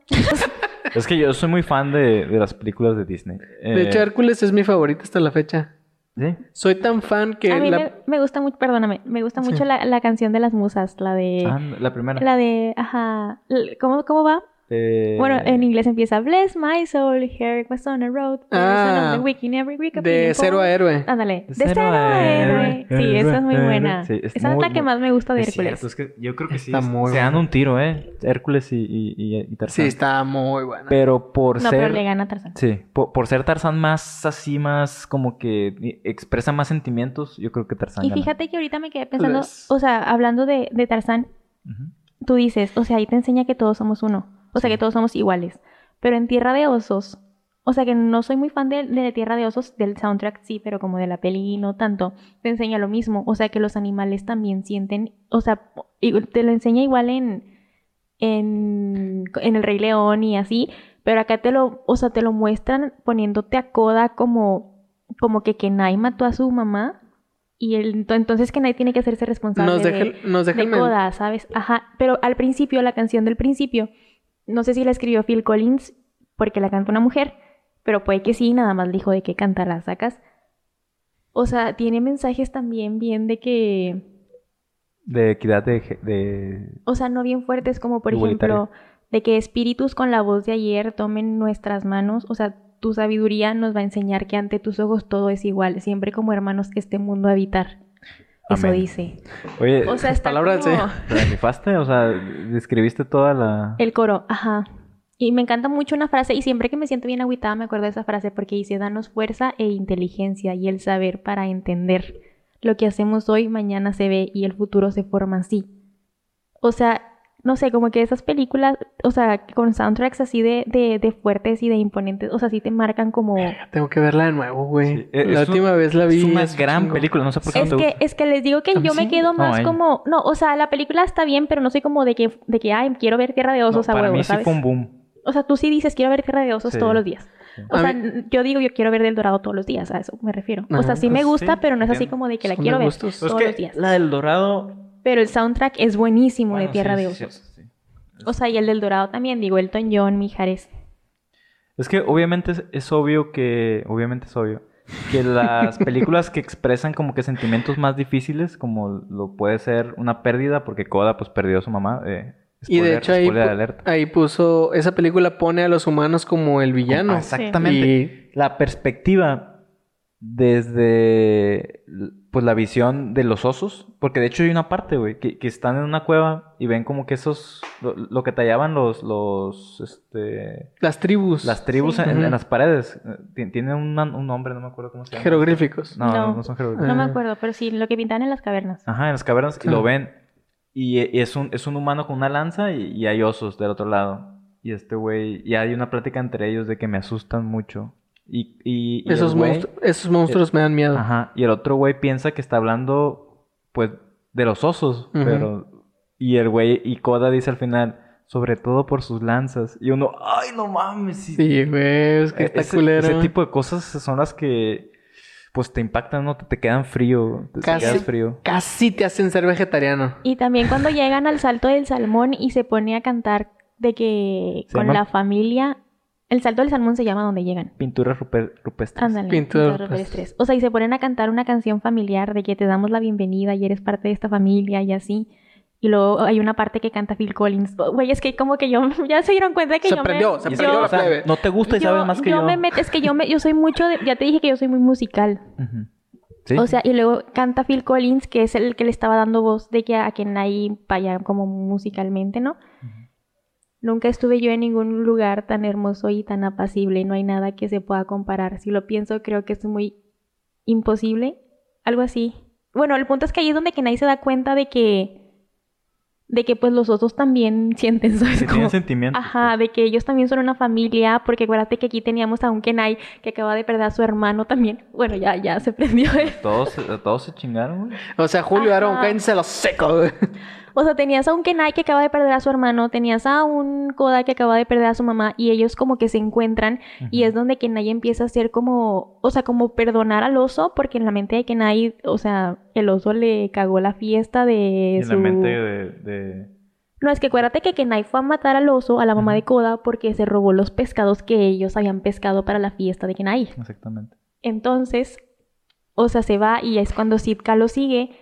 S3: Es que yo soy muy fan de, de las películas de Disney. Eh,
S1: De hecho, Hércules es mi favorita hasta la fecha.
S3: ¿sí?
S1: Soy tan fan que
S2: A mí
S1: la-
S2: me, me gusta mucho, perdóname, me gusta
S1: Sí.
S2: mucho la, la canción de las musas, la de...
S3: Ah, la primera.
S2: Eh, La de, ajá, l- ¿cómo, cómo va?
S3: Eh,
S2: Bueno, en inglés empieza Bless my soul, here was on a road,
S1: Ah,
S2: ah, on the weekend, every week a
S1: de
S2: ping
S1: cero
S2: pong.
S1: a héroe.
S2: Ándale, de
S3: Cero
S2: cero
S3: a
S2: a
S3: héroe.
S2: héroe. Sí, esa
S3: [LAUGHS]
S2: es muy buena.
S3: Sí, es
S2: esa
S3: muy
S2: es la que
S3: bu-
S2: más me gusta de
S3: Es
S2: Hércules.
S3: cierto, es que yo creo que sí.
S1: Está
S3: es-
S1: muy
S3: se dan
S1: bueno.
S3: un tiro, ¿eh? Hércules y, y, y, y Tarzán.
S1: Sí, está muy buena.
S3: Pero por
S2: No,
S3: ser.
S2: pero le gana a Tarzán.
S3: Sí, por, por ser Tarzán más así, más como que i- expresa más sentimientos, yo creo que Tarzán.
S2: Y
S3: gana.
S2: fíjate que ahorita me quedé pensando,
S1: Las-
S2: o sea, hablando de, de Tarzán,
S3: Ujú.
S2: tú dices, o sea, ahí te enseña que todos somos uno, o sea,
S3: Sí.
S2: que todos somos iguales. Pero en Tierra de Osos, o sea, que no soy muy fan de, de Tierra de Osos, del soundtrack sí, pero como de la peli no tanto, te enseña lo mismo, o sea, que los animales también sienten, o sea, y- te lo enseña igual en, en, en El Rey León y así, pero acá te lo, o sea, te lo muestran poniéndote a coda como, como que Kenai mató a su mamá. Y el- entonces Kenai tiene que hacerse responsable.
S1: nos
S2: de-
S1: deja, el- nos deja
S2: de
S1: el men-
S2: coda, ¿sabes? Ajá, pero al principio, la canción del principio, no sé si la escribió Phil Collins porque la canta una mujer, pero puede que sí, nada más dijo de que canta las sacas. O sea, tiene mensajes también bien de que,
S3: De equidad de, gé- de-
S2: o sea, no bien fuertes como por
S3: Igualitario.
S2: ejemplo de que espíritus con la voz de ayer tomen nuestras manos, o sea, tu sabiduría nos va a enseñar que ante tus ojos todo es igual, siempre como hermanos este mundo habitar. Eso
S3: Amén. Eh,
S2: dice.
S3: Oye,
S2: O sea,
S3: [LAUGHS]
S2: está
S1: palabras,
S2: como-
S1: sí.
S3: ¿te rifaste? O sea, describiste toda la...
S2: El coro, ajá. Y me encanta mucho una frase, y siempre que me siento bien agüitada me acuerdo de esa frase porque dice, danos fuerza e inteligencia y el saber para entender. Lo que hacemos hoy, mañana se ve y el futuro se forma así. O sea, no sé, como que esas películas, o sea, con soundtracks así de, de, de fuertes y de imponentes, o sea, sí te marcan como...
S3: Eh,
S1: Tengo que verla de nuevo, güey.
S3: Sí, es
S1: la
S3: un-
S1: última vez la vi.
S3: es una
S1: hace un
S3: gran
S1: chingo.
S3: película, no sé por qué no
S2: Es
S3: te
S2: que,
S3: gusta.
S2: es que les digo que
S3: A mí
S2: yo me
S3: sí.
S2: quedo
S3: No, eh.
S2: más
S3: ella.
S2: como... No, o sea, la película está bien, pero no soy como de que, de que ay, quiero ver Tierra de
S3: No,
S2: Osos a
S3: para
S2: huevo,
S3: mí sí
S2: ¿sabes?
S3: fue un boom.
S2: O sea, tú sí dices, quiero ver Tierra de Osos
S3: Sí.
S2: todos los días.
S3: Sí.
S2: O
S1: A
S2: sea,
S1: mí-
S2: n- yo digo, yo quiero ver Del Dorado todos los días, a eso me refiero.
S1: Ajá,
S2: o sea, sí me
S3: pues
S2: gusta,
S3: sí,
S2: pero no es así
S3: entiendo.
S2: como de que la
S1: Son
S2: quiero
S1: de
S2: ver
S1: gustos.
S2: todos los días.
S3: del Dorado...
S2: Pero el soundtrack es buenísimo
S3: bueno,
S2: de
S3: sí,
S2: Tierra
S3: sí,
S2: de
S3: sí,
S2: Osos.
S3: sí.
S2: O sea, y el del Dorado también, digo, Elton John, Mijares.
S3: Es que obviamente es, es obvio que... Obviamente es obvio.
S1: [LAUGHS]
S3: Que las películas que expresan como que sentimientos más difíciles, como lo puede ser una pérdida, porque Koda pues perdió a su mamá. eh,
S1: Y de
S3: spoiler-
S1: hecho ahí,
S3: spoiler
S1: pu-
S3: alert.
S1: ahí puso, esa película pone a los humanos como el villano.
S3: Ah, Exactamente.
S1: Y
S3: la perspectiva desde pues la visión de los osos, porque de hecho hay una parte, güey, que, que están en una cueva y ven como que esos, lo, lo que tallaban los, los, este,
S1: las tribus.
S3: las tribus
S2: Sí.
S3: en,
S1: Ujú.
S3: en las paredes. Tien- Tienen una- un nombre, no me acuerdo cómo se llama.
S1: jeroglíficos.
S3: No, no,
S2: No.
S3: no son jeroglíficos.
S2: No me
S1: Ah.
S2: acuerdo, pero sí, lo que pintaban en las cavernas.
S3: Ajá, en las cavernas y
S1: Ah.
S3: lo ven. Y e- es un, es un humano con una lanza y, y hay osos del otro lado. Y este güey, y hay una plática entre ellos de que me asustan mucho. Y, y, y el
S1: Esos,
S3: güey-
S1: monstru- esos monstruos me dan miedo.
S3: Ajá. Y el otro güey piensa que está hablando, pues, de los osos.
S1: Ujú.
S3: Pero. Y el güey, y Koda dice al final, sobre todo por sus lanzas. Y uno, ¡ay, no mames! sí".
S1: Sí, güey, es que
S3: E-
S1: está
S3: ese,
S1: culero.
S3: ese tipo de cosas son las que, pues, te impactan, ¿no? Te, te quedan frío. Te, te
S1: Casi.
S3: quedas frío.
S1: Casi te hacen ser vegetariano.
S2: Y también cuando llegan al salto del salmón y se pone a cantar de que
S3: Se
S2: con
S3: llama-
S2: la familia... El salto del salmón se llama donde llegan.
S3: Pinturas rupe- rupestres.
S2: Ándale,
S1: Pintura
S2: pintura
S1: rupestre.
S2: rupestre. O sea, y se ponen a cantar una canción familiar de que te damos la bienvenida y eres parte de esta familia y así. Y luego hay una parte que canta Phil Collins. Oh, Güey, es que como que yo [LAUGHS] ya se dieron cuenta que
S1: Se
S2: yo
S1: prendió,
S2: me,
S1: se
S3: Y es
S1: prendió
S3: que,
S1: la
S3: o sea,
S1: plebe.
S3: no te gusta y
S2: yo-
S3: sabes más que yo.
S2: me meto, es que yo me, yo soy mucho de- ya te dije que yo soy muy musical.
S3: Ujú. ¿Sí?
S2: O sea, y luego canta Phil Collins, que es el que le estaba dando voz de que a quien ahí vaya como musicalmente, ¿no? Nunca estuve yo en ningún lugar tan hermoso y tan apacible, no hay nada que se pueda comparar. Si lo pienso, creo que es muy imposible, algo así. Bueno, el punto es que ahí es donde que nadie se da cuenta de que de que pues los otros también [LAUGHS] sienten ¿sabes?
S3: Sí,
S2: Como-
S3: tienen sentimientos.
S2: Ajá, de que ellos también son una familia, porque acuérdate que aquí teníamos a un Kenai que acaba de perder a su hermano también. Bueno, ya, ya se prendió [LAUGHS] él.
S3: [LAUGHS] Todos, todos se chingaron, güey.
S1: O sea, Julio
S2: Ajá.
S1: Aaron, cállense los seco, güey.
S2: O sea, tenías a un Kenai que acaba de perder a su hermano, tenías a un Koda que acaba de perder a su mamá, y ellos como que se encuentran, y es donde Kenai empieza a ser como, o sea, como perdonar al oso, porque en la mente de Kenai, o sea, el oso le cagó la fiesta de
S3: Y en
S2: su...
S3: la mente de, de,
S2: No, es que acuérdate que Kenai fue a matar al oso, a la mamá de Koda, porque se robó los pescados que ellos habían pescado para la fiesta de Kenai.
S3: Exactamente.
S2: Entonces, o sea, se va y es cuando Sitka lo sigue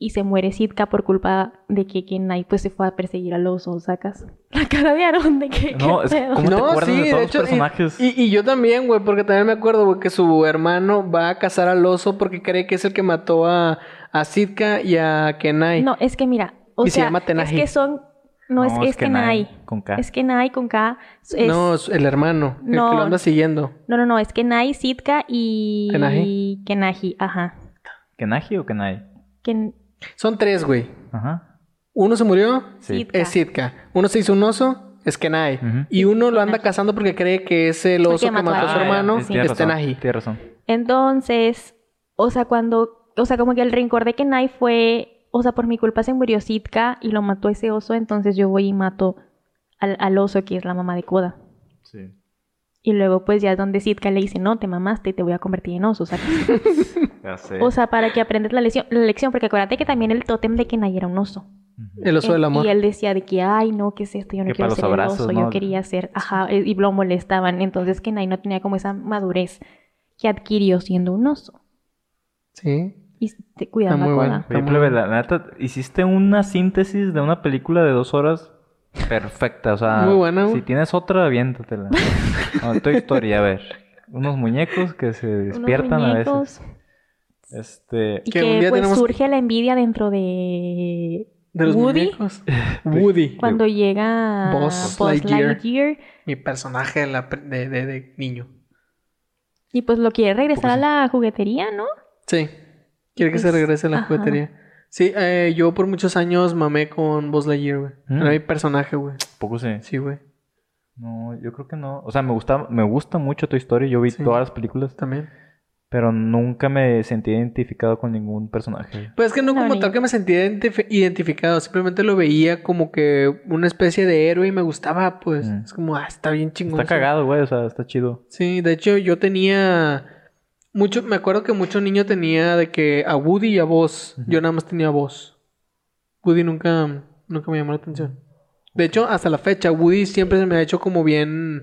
S2: y se muere Sitka por culpa de que Kenai pues se fue a perseguir al oso, sacas. [LAUGHS] La cara de Aaron de que... [LAUGHS]
S3: No,
S2: ¿qué
S3: es
S2: pedo?
S3: como te acuerdas de todos los personajes.
S1: Y, y- y yo también, güey, porque también me acuerdo, güey, que su hermano va a cazar al oso porque cree que es el que mató a, a Sitka y a Kenai.
S2: No, es que mira, o
S1: Y se
S2: sea,
S1: llama
S2: es
S1: Tenaji.
S2: que son... No, es, es Kenai.
S3: Con K.
S2: Es Kenai con K. es-
S1: No, es el hermano, el
S2: No.
S1: que lo anda siguiendo.
S2: No, no, no, es Kenai, Sitka y...
S1: Kenaji.
S2: Kenaji, ajá.
S3: ¿Kenaji o Kenai?
S2: Ken...
S1: Son tres, güey.
S3: Ajá.
S1: Uno se murió,
S3: Sí.
S2: Sitka.
S1: es Sitka. Uno se hizo un oso, es Kenai.
S3: Ujú.
S1: Y uno lo anda cazando porque cree que es el
S2: Porque
S1: oso que
S2: mató
S1: mató
S2: a
S1: a su
S2: él.
S1: hermano,
S2: Ah, sí.
S1: es Tenaji.
S3: Tienes razón.
S2: Entonces, o sea, cuando, o sea, como que el rencor de Kenai fue, o sea, por mi culpa se murió Sitka y lo mató ese oso, entonces yo voy y mato al, al oso que es la mamá de Koda.
S3: Sí.
S2: Y luego pues ya es donde Sitka le dice, no, te mamaste, te voy a convertir en oso, ¿sacas?
S3: Ya sé.
S2: O sea, para que aprendas la, lesión- la lección, porque acuérdate que también el tótem de Kenai era un oso.
S3: Ujú.
S1: El oso del
S2: Eh,
S1: amor.
S2: Y él decía de que, ay, no, ¿qué es esto? Yo no
S3: Que
S2: quiero
S3: para los
S2: ser
S3: abrazos,
S2: el oso, yo
S3: ¿no?
S2: quería ser, ajá, eh, y lo molestaban. Entonces Kenai no tenía como esa madurez que adquirió siendo un oso.
S1: Sí.
S2: Y te cuidaba
S1: Ah, muy
S2: a
S1: bueno.
S2: Koda.
S3: Oye, plebe, la, la neta, hiciste una síntesis de una película de dos horas perfecta. O sea,
S1: [LAUGHS] Muy buena, güey.
S3: si tienes
S1: [LAUGHS]
S3: otra, aviéntatela. No, Toy Story, a ver. Unos muñecos que se
S2: Unos
S3: despiertan a veces.
S2: muñecos,
S3: Este,
S2: Y
S1: Que
S2: que,
S1: un día
S2: pues
S1: tenemos-
S2: surge la envidia dentro de
S1: De los
S2: Woody.
S1: muñecos. Woody.
S2: cuando llega
S1: Buzz
S2: Buzz
S1: Lightyear.
S2: Lightyear,
S1: Mi personaje de, la pr- de- de- de niño.
S2: y pues lo quiere regresar
S3: Pues
S2: a
S3: sí.
S2: la juguetería, ¿no?
S1: Sí. Quiere que se
S2: Es-
S1: regrese a la
S2: ajá.
S1: juguetería. Sí, eh, yo por muchos años mamé con Buzz Lightyear, güey.
S3: Mm.
S1: Era mi personaje, güey.
S3: poco se.
S1: Sí, güey.
S3: No, yo creo que no. O sea, me gusta, me gusta mucho Toy Story. Yo vi
S1: Sí.
S3: todas las películas,
S1: También.
S3: pero nunca me sentí identificado con ningún personaje.
S1: Pues es que no
S2: No,
S1: como
S2: ni-
S1: tal que me sentía identif- identificado. Simplemente lo veía como que una especie de héroe y me gustaba, pues.
S3: Mm.
S1: Es como, ah, está bien chingón.
S3: Está
S1: eso.
S3: cagado, güey. O sea, está chido.
S1: Sí, de hecho yo tenía mucho, me acuerdo que mucho niño tenía de que a Woody y a Buzz,
S3: Ujú.
S1: yo nada más tenía a Buzz. Woody nunca, nunca me llamó la atención. De hecho, hasta la fecha, Woody siempre se me ha hecho como bien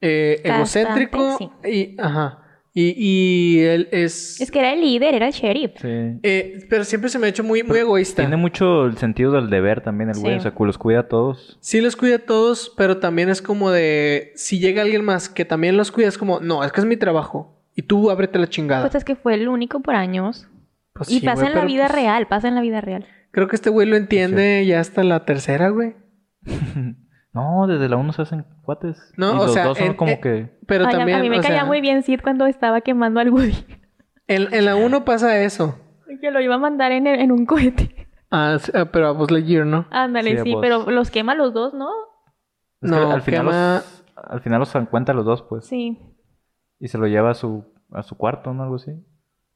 S1: eh,
S2: Bastante,
S1: egocéntrico.
S2: sí.
S1: Y, ajá. Y, y él es.
S2: Es que era el líder, era el sheriff.
S3: Sí.
S1: eh, pero siempre se me ha hecho muy, muy egoísta.
S3: Tiene mucho el sentido del deber también, el güey.
S2: Sí.
S3: O sea, que los cuida a todos.
S1: Sí los cuida a todos, pero también es como de si llega alguien más que también los cuida, es como, no, es que es mi trabajo. Y tú ábrete la chingada.
S2: Pues es que fue el único por años.
S1: Pues
S2: y
S1: sí,
S2: pasa
S1: güey,
S2: en la
S1: pero,
S2: vida
S1: pues,
S2: real, pasa en la vida real.
S1: Creo que este güey lo entiende ya hasta la tercera, güey.
S3: [LAUGHS] No, desde la 1 se hacen cuates.
S1: No,
S3: y
S1: o
S3: los
S1: sea,
S3: dos son
S1: en- eh,
S3: como
S1: en-
S3: que.
S1: Pero
S2: Ay, a-
S1: también.
S2: a mí me
S1: o
S2: caía
S1: sea,
S2: muy bien Sid cuando estaba quemando al Woody. [LAUGHS]
S1: En, en la 1 pasa eso.
S2: Que lo iba a mandar en, el- en un cohete. [LAUGHS]
S1: Ah, s- ah, pero a Buzz Lightyear, ¿no?
S2: Ándale,
S3: Sí, a
S2: sí,
S3: vos.
S2: pero los quema los dos, ¿no?
S3: es que
S1: no,
S3: al final,
S1: quema-
S3: los, al final los encuentra los dos, pues.
S2: Sí.
S3: Y se lo lleva a su, a su cuarto, ¿no? Algo así.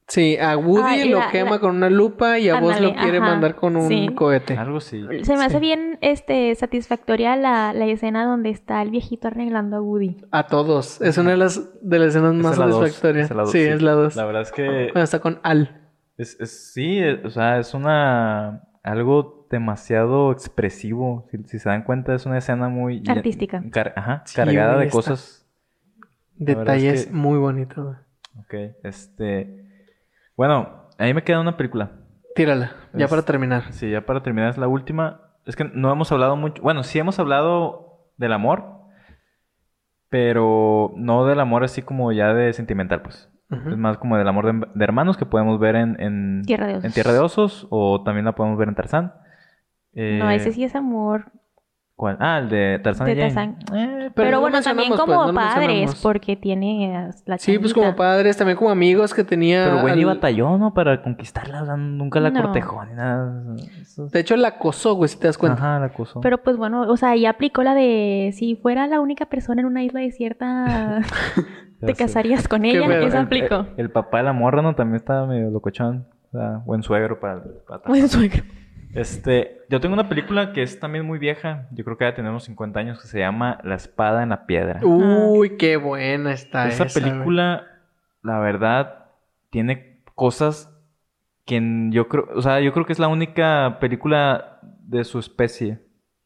S1: Sí, a Woody
S2: Ah, y
S1: lo
S2: la-
S1: quema
S2: la-
S1: con una lupa y a Buzz lo
S2: Ándale,
S1: quiere
S2: ajá,
S1: mandar con un
S2: sí.
S1: cohete.
S3: Algo así.
S2: Se me
S1: Sí.
S2: hace bien este, satisfactoria la, la escena donde está el viejito arreglando a Woody.
S1: A todos. Es una de las, de las escenas
S3: Esa
S1: más
S3: es la dos,
S1: satisfactorias.
S3: esa es la dos,
S1: sí, es la 2.
S3: La verdad es que.
S1: Cuando está con Al.
S3: Es, es- sí, eh, o sea, es una. Algo demasiado expresivo. Si, si se dan cuenta, es una escena muy. llen-
S2: Artística.
S3: car- ajá,
S1: Sí,
S3: cargada
S1: güey,
S3: de
S1: está.
S3: cosas. La verdad es
S1: Detalles
S3: que-
S1: muy bonitos. güey.
S3: Ok, este. Bueno, ahí me queda una película.
S1: Tírala, ya
S3: Es-
S1: para terminar.
S3: Sí, ya para terminar, es la última. Es que no hemos hablado mucho. Bueno, sí hemos hablado del amor. Pero no del amor así como ya de sentimental, pues.
S1: Ujú.
S3: Es más como del amor de, de hermanos que podemos ver en, en,
S2: Tierra de Osos.
S3: en Tierra de Osos o también la podemos ver en Tarzán. Eh,
S2: No, ese sí es amor.
S3: ¿cuál? Ah, el de Tarzán y
S2: De
S3: Jane.
S2: Tarzán.
S3: Eh, pero
S2: Pero,
S1: no
S2: bueno,
S1: mencionamos,
S2: también
S1: pues,
S2: como
S1: no lo
S2: padres,
S1: mencionamos.
S2: porque tiene a la
S1: Sí, pues como
S2: changuita.
S1: padres, también como amigos que tenía.
S3: pero Wendy
S1: al-
S3: batalló, ¿no? Para conquistarla, o sea, nunca la
S2: No.
S3: cortejó ni nada. Eso-
S1: De hecho, la acosó, güey, si te das cuenta.
S3: Ajá, la acusó.
S2: Pero pues bueno, o sea, ahí aplicó la de si fuera la única persona en una
S1: [LAUGHS]
S2: isla desierta, te
S3: Ya sé.
S2: casarías con
S1: Qué eh,
S2: ella.
S1: pedo.
S2: Eso
S1: El-
S2: aplicó.
S3: Eh, El, el papá de la morra, ¿no? También estaba medio locochón. O sea, buen suegro para, para
S2: [LAUGHS] Buen suegro.
S3: Este, yo tengo una película que es también muy vieja. Yo creo que ya tenemos 50 años que se llama La espada en la piedra.
S1: Uy, qué buena está
S3: esa,
S1: Uh, ah, esa. güey.
S3: película, la verdad, tiene cosas que en- yo creo, o sea, yo creo que es la única película de su especie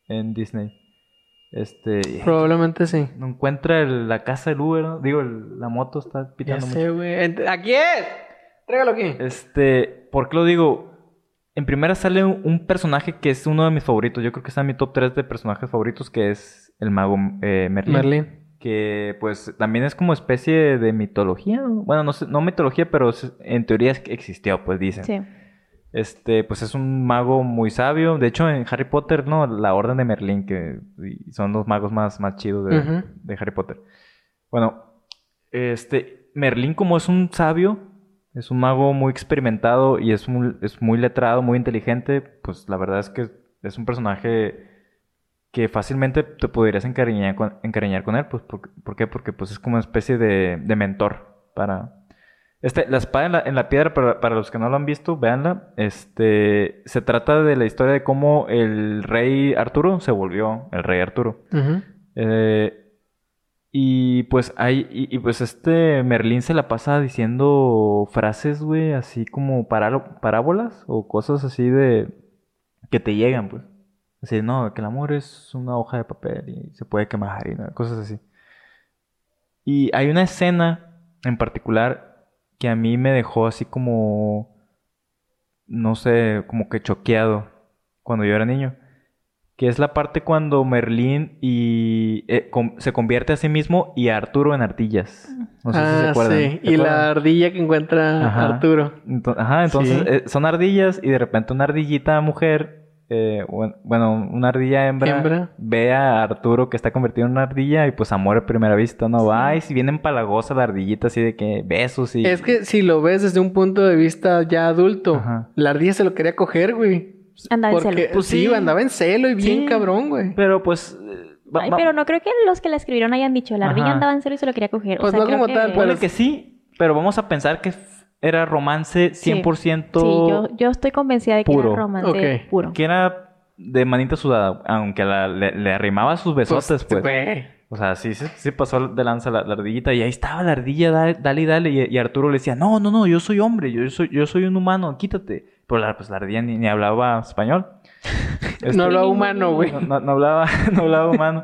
S3: en Disney. Este.
S1: Probablemente sí.
S3: No encuentra el- la casa del Uber, ¿no? Digo, el- la moto está
S1: Ya
S3: pitando
S1: sé,
S3: mucho.
S1: güey. Ent- ¡Aquí es! Trégalo aquí.
S3: Este, ¿por qué lo digo? En primera sale un, un personaje que es uno de mis favoritos. Yo creo que está en mi top 3 de personajes favoritos, que es el mago eh, Merlín.
S1: Merlín.
S3: Que pues también es como especie de mitología. ¿no? Bueno, no, sé- no mitología, pero es- en teoría es que existió, pues dicen.
S2: Sí.
S3: Este, pues es un mago muy sabio. De hecho, en Harry Potter, ¿no? La Orden de Merlín, que y son los magos más, más chidos de,
S1: Ujú.
S3: de Harry Potter. Bueno, este, Merlín como es un sabio, es un mago muy experimentado y es muy, es muy letrado, muy inteligente, pues la verdad es que es un personaje que fácilmente te podrías encariñar con, encariñar con él, pues ¿por, por qué? Porque pues es como una especie de, de mentor para... Este, la espada en la, en la piedra, para, para los que no lo han visto, véanla. Este, se trata de la historia de cómo el rey Arturo se volvió el rey Arturo.
S1: Ujú.
S3: Eh, y pues hay, y, y, pues este Merlín se la pasa diciendo frases, güey, así como paralo- parábolas o cosas así de que te llegan, pues. Así, no, que el amor es una hoja de papel y se puede quemar y nada, cosas así. Y hay una escena en particular que a mí me dejó así como, no sé, como que choqueado cuando yo era niño. Que es la parte cuando Merlín y, eh, com- se convierte a sí mismo y a Arturo en artillas. No sé si se
S1: ah,
S3: acuerdan.
S1: sí.
S3: ¿Se
S1: Y la
S3: acuerdan?
S1: ardilla que encuentra
S3: Ajá.
S1: Arturo.
S3: Ento- ajá, entonces
S1: Sí.
S3: eh, son ardillas y de repente una ardillita mujer, eh, buen- bueno, una ardilla hembra,
S1: Hembra.
S3: ve a Arturo que está convertido en una ardilla y pues amor a primera vista, ¿no? Va y si viene empalagosa la ardillita así de que besos y...
S1: Es que si lo ves desde un punto de vista ya adulto,
S3: Ajá.
S1: la ardilla se lo quería coger, güey.
S2: Anda en celo.
S1: Porque
S3: Pues
S1: sí,
S3: sí.
S1: andaba en celo y bien
S3: Sí.
S1: cabrón, güey.
S3: Pero pues... eh, va-
S2: Ay,
S3: va-
S2: pero no creo que los que la escribieron hayan dicho, la ardilla
S3: Ajá.
S2: andaba en celo y se lo quería coger. O
S1: Pues
S2: sea,
S1: no
S2: creo
S1: como
S2: que-
S1: tal,
S3: Ponle
S1: pero-
S3: que sí, pero vamos a pensar que f- era romance 100%...
S2: Sí. Sí, yo, yo estoy convencida de que
S3: Puro.
S2: era romance
S1: Ok.
S2: puro.
S3: Que era de manita sudada, aunque la- le, le arrimaba sus besotes, pues.
S1: güey.
S3: O sea, sí, se- sí pasó de lanza la, la ardillita y ahí estaba la ardilla, dale, dale, y dale. Y, y Arturo le decía, no, no, no, yo soy hombre, yo soy, yo soy un humano, quítate. Pero la, pues, la ardilla ni, ni hablaba español. Este,
S1: [LAUGHS] No hablaba humano, güey.
S3: no, no- no hablaba, [LAUGHS] no hablaba humano.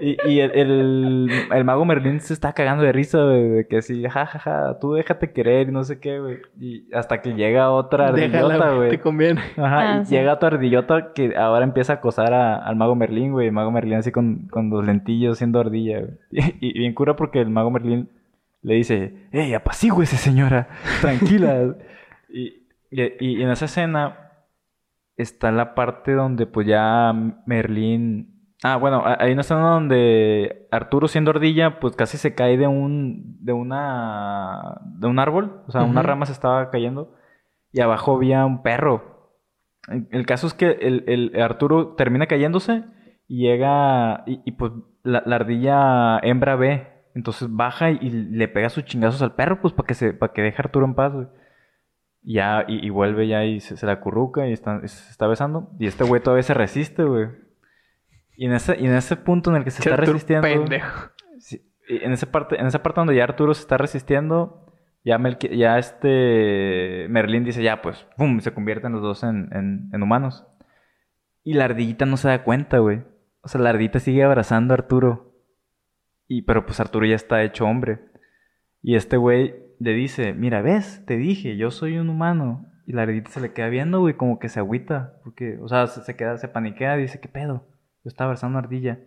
S3: Y, y el, el- el mago Merlín se está cagando de risa, güey, de que así, jajaja, tú déjate querer y no sé qué, güey. Y hasta que llega otra ardillota,
S1: Déjala, güey.
S3: güey.
S1: Te conviene.
S3: Ajá,
S2: Ah,
S3: y
S2: sí.
S3: llega tu ardillota que ahora empieza a acosar a- al mago Merlín, güey. El mago Merlín así con, con los lentillos siendo ardilla, güey. [LAUGHS] Y, y bien cura porque el mago Merlín le dice, ¡Ey, apacígüese, señora!
S2: [LAUGHS]
S3: Tranquila. y, y- y en esa escena está la parte donde pues ya Merlín... Ah, bueno, a- hay una escena donde Arturo siendo ardilla, pues casi se cae de un... de una... de un árbol. O sea, una
S1: Ujú.
S3: rama se estaba cayendo. Y abajo había un perro. El- El caso es que el, el Arturo termina cayéndose y llega y, y, pues la, la ardilla hembra ve. Entonces baja y, y le pega sus chingazos al perro pues para que, se- para que deje a Arturo en paz, güey. Y Ya, y, y vuelve ya y se, se la curruca y está- se está besando. Y este güey todavía se resiste, güey. Y en, ese, y en ese punto en el que se está
S1: Arturo,
S3: resistiendo...
S1: Pendejo.
S3: Sí, y en esa parte, en esa parte donde ya Arturo se está resistiendo, ya, Melqui- ya este Merlín dice ya pues, pum, se convierten los dos en, en- en humanos. Y la ardillita no se da cuenta, güey. O sea, la ardillita sigue abrazando a Arturo. Y, pero pues Arturo ya está hecho hombre. Y este güey le dice, mira, ves, te dije, yo soy un humano. Y la ardillita se le queda viendo, güey, como que se agüita. Porque, o sea, se, se queda, se paniquea, dice, ¿qué pedo? Yo estaba abrazando a ardilla.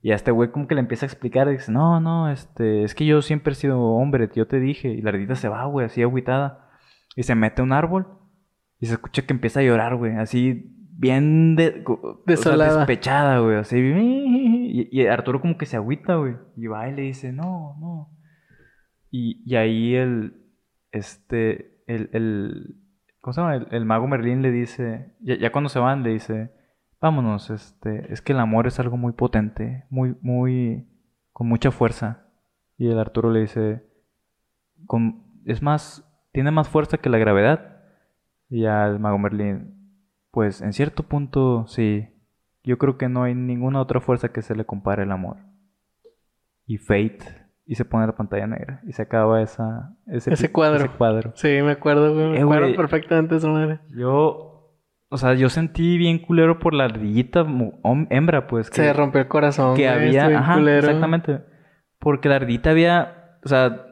S3: Y a este güey como que le empieza a explicar, dice, no, no, este, es que yo siempre he sido hombre, yo te dije. Y la ardita se va, güey, así agüitada. Y se mete a un árbol y se escucha que empieza a llorar, güey, así bien de, co- o sea,
S1: Desolada.
S3: despechada, güey, así. Y, y Arturo como que se agüita, güey. Y va y le dice, no, no. Y, y ahí el, este, el, el, ¿cómo se llama? El, el mago Merlín le dice, ya, ya cuando se van, le dice, vámonos, este, es que el amor es algo muy potente, muy, muy, con mucha fuerza. Y el Arturo le dice, con, es más, tiene más fuerza que la gravedad. Y al mago Merlín, pues en cierto punto, sí, yo creo que no hay ninguna otra fuerza que se le compare al amor. Y Fate, y se pone la pantalla negra, y se acaba esa,
S1: Ese cuadro.
S3: Ese cuadro.
S1: Sí, me acuerdo, güey. Me
S3: Eh,
S1: acuerdo
S3: güey.
S1: perfectamente de su madre.
S3: Yo O sea, yo sentí bien culero por la ardillita mu- hom- hembra, pues. Que,
S1: Se rompió el corazón.
S3: que
S1: güey,
S3: había.
S1: estuvo bien
S3: Ajá,
S1: culero.
S3: exactamente. Porque la ardillita había. O sea,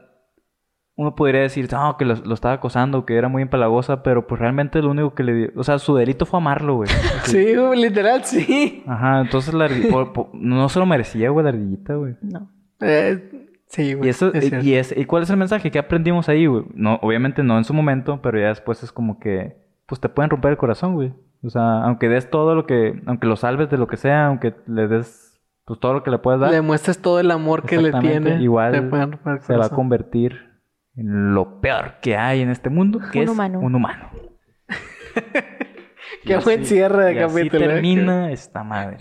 S3: uno podría decir, no, que lo, lo estaba acosando, que era muy empalagosa, pero pues realmente lo único que le dio. O sea, su delito fue amarlo,
S1: [LAUGHS]
S3: güey.
S1: Sí, güey, literal, sí.
S3: Ajá, entonces la ardi- por- por- no se lo merecía, güey, la ardillita, güey.
S2: No.
S1: Eh, sí, güey.
S3: Y, eso,
S1: es cierto.
S3: y, es, ¿Y cuál es el mensaje que aprendimos ahí, güey? No, obviamente no en su momento, pero ya después es como que, pues te pueden romper el corazón, güey. O sea, aunque des todo lo que, aunque lo salves de lo que sea, aunque le des, pues todo lo que le puedas dar,
S1: Le muestras todo el amor que le
S3: Exactamente,
S1: tiene.
S3: igual
S1: te pueden romper el
S3: se va a
S1: corazón.
S3: convertir en lo peor que hay en este mundo, que
S2: Un
S3: es
S2: humano.
S3: un humano.
S1: [LAUGHS] Qué
S3: Y
S1: buen
S3: así-
S1: cierre de
S3: y así
S1: capítulo, eh.
S3: termina esta madre.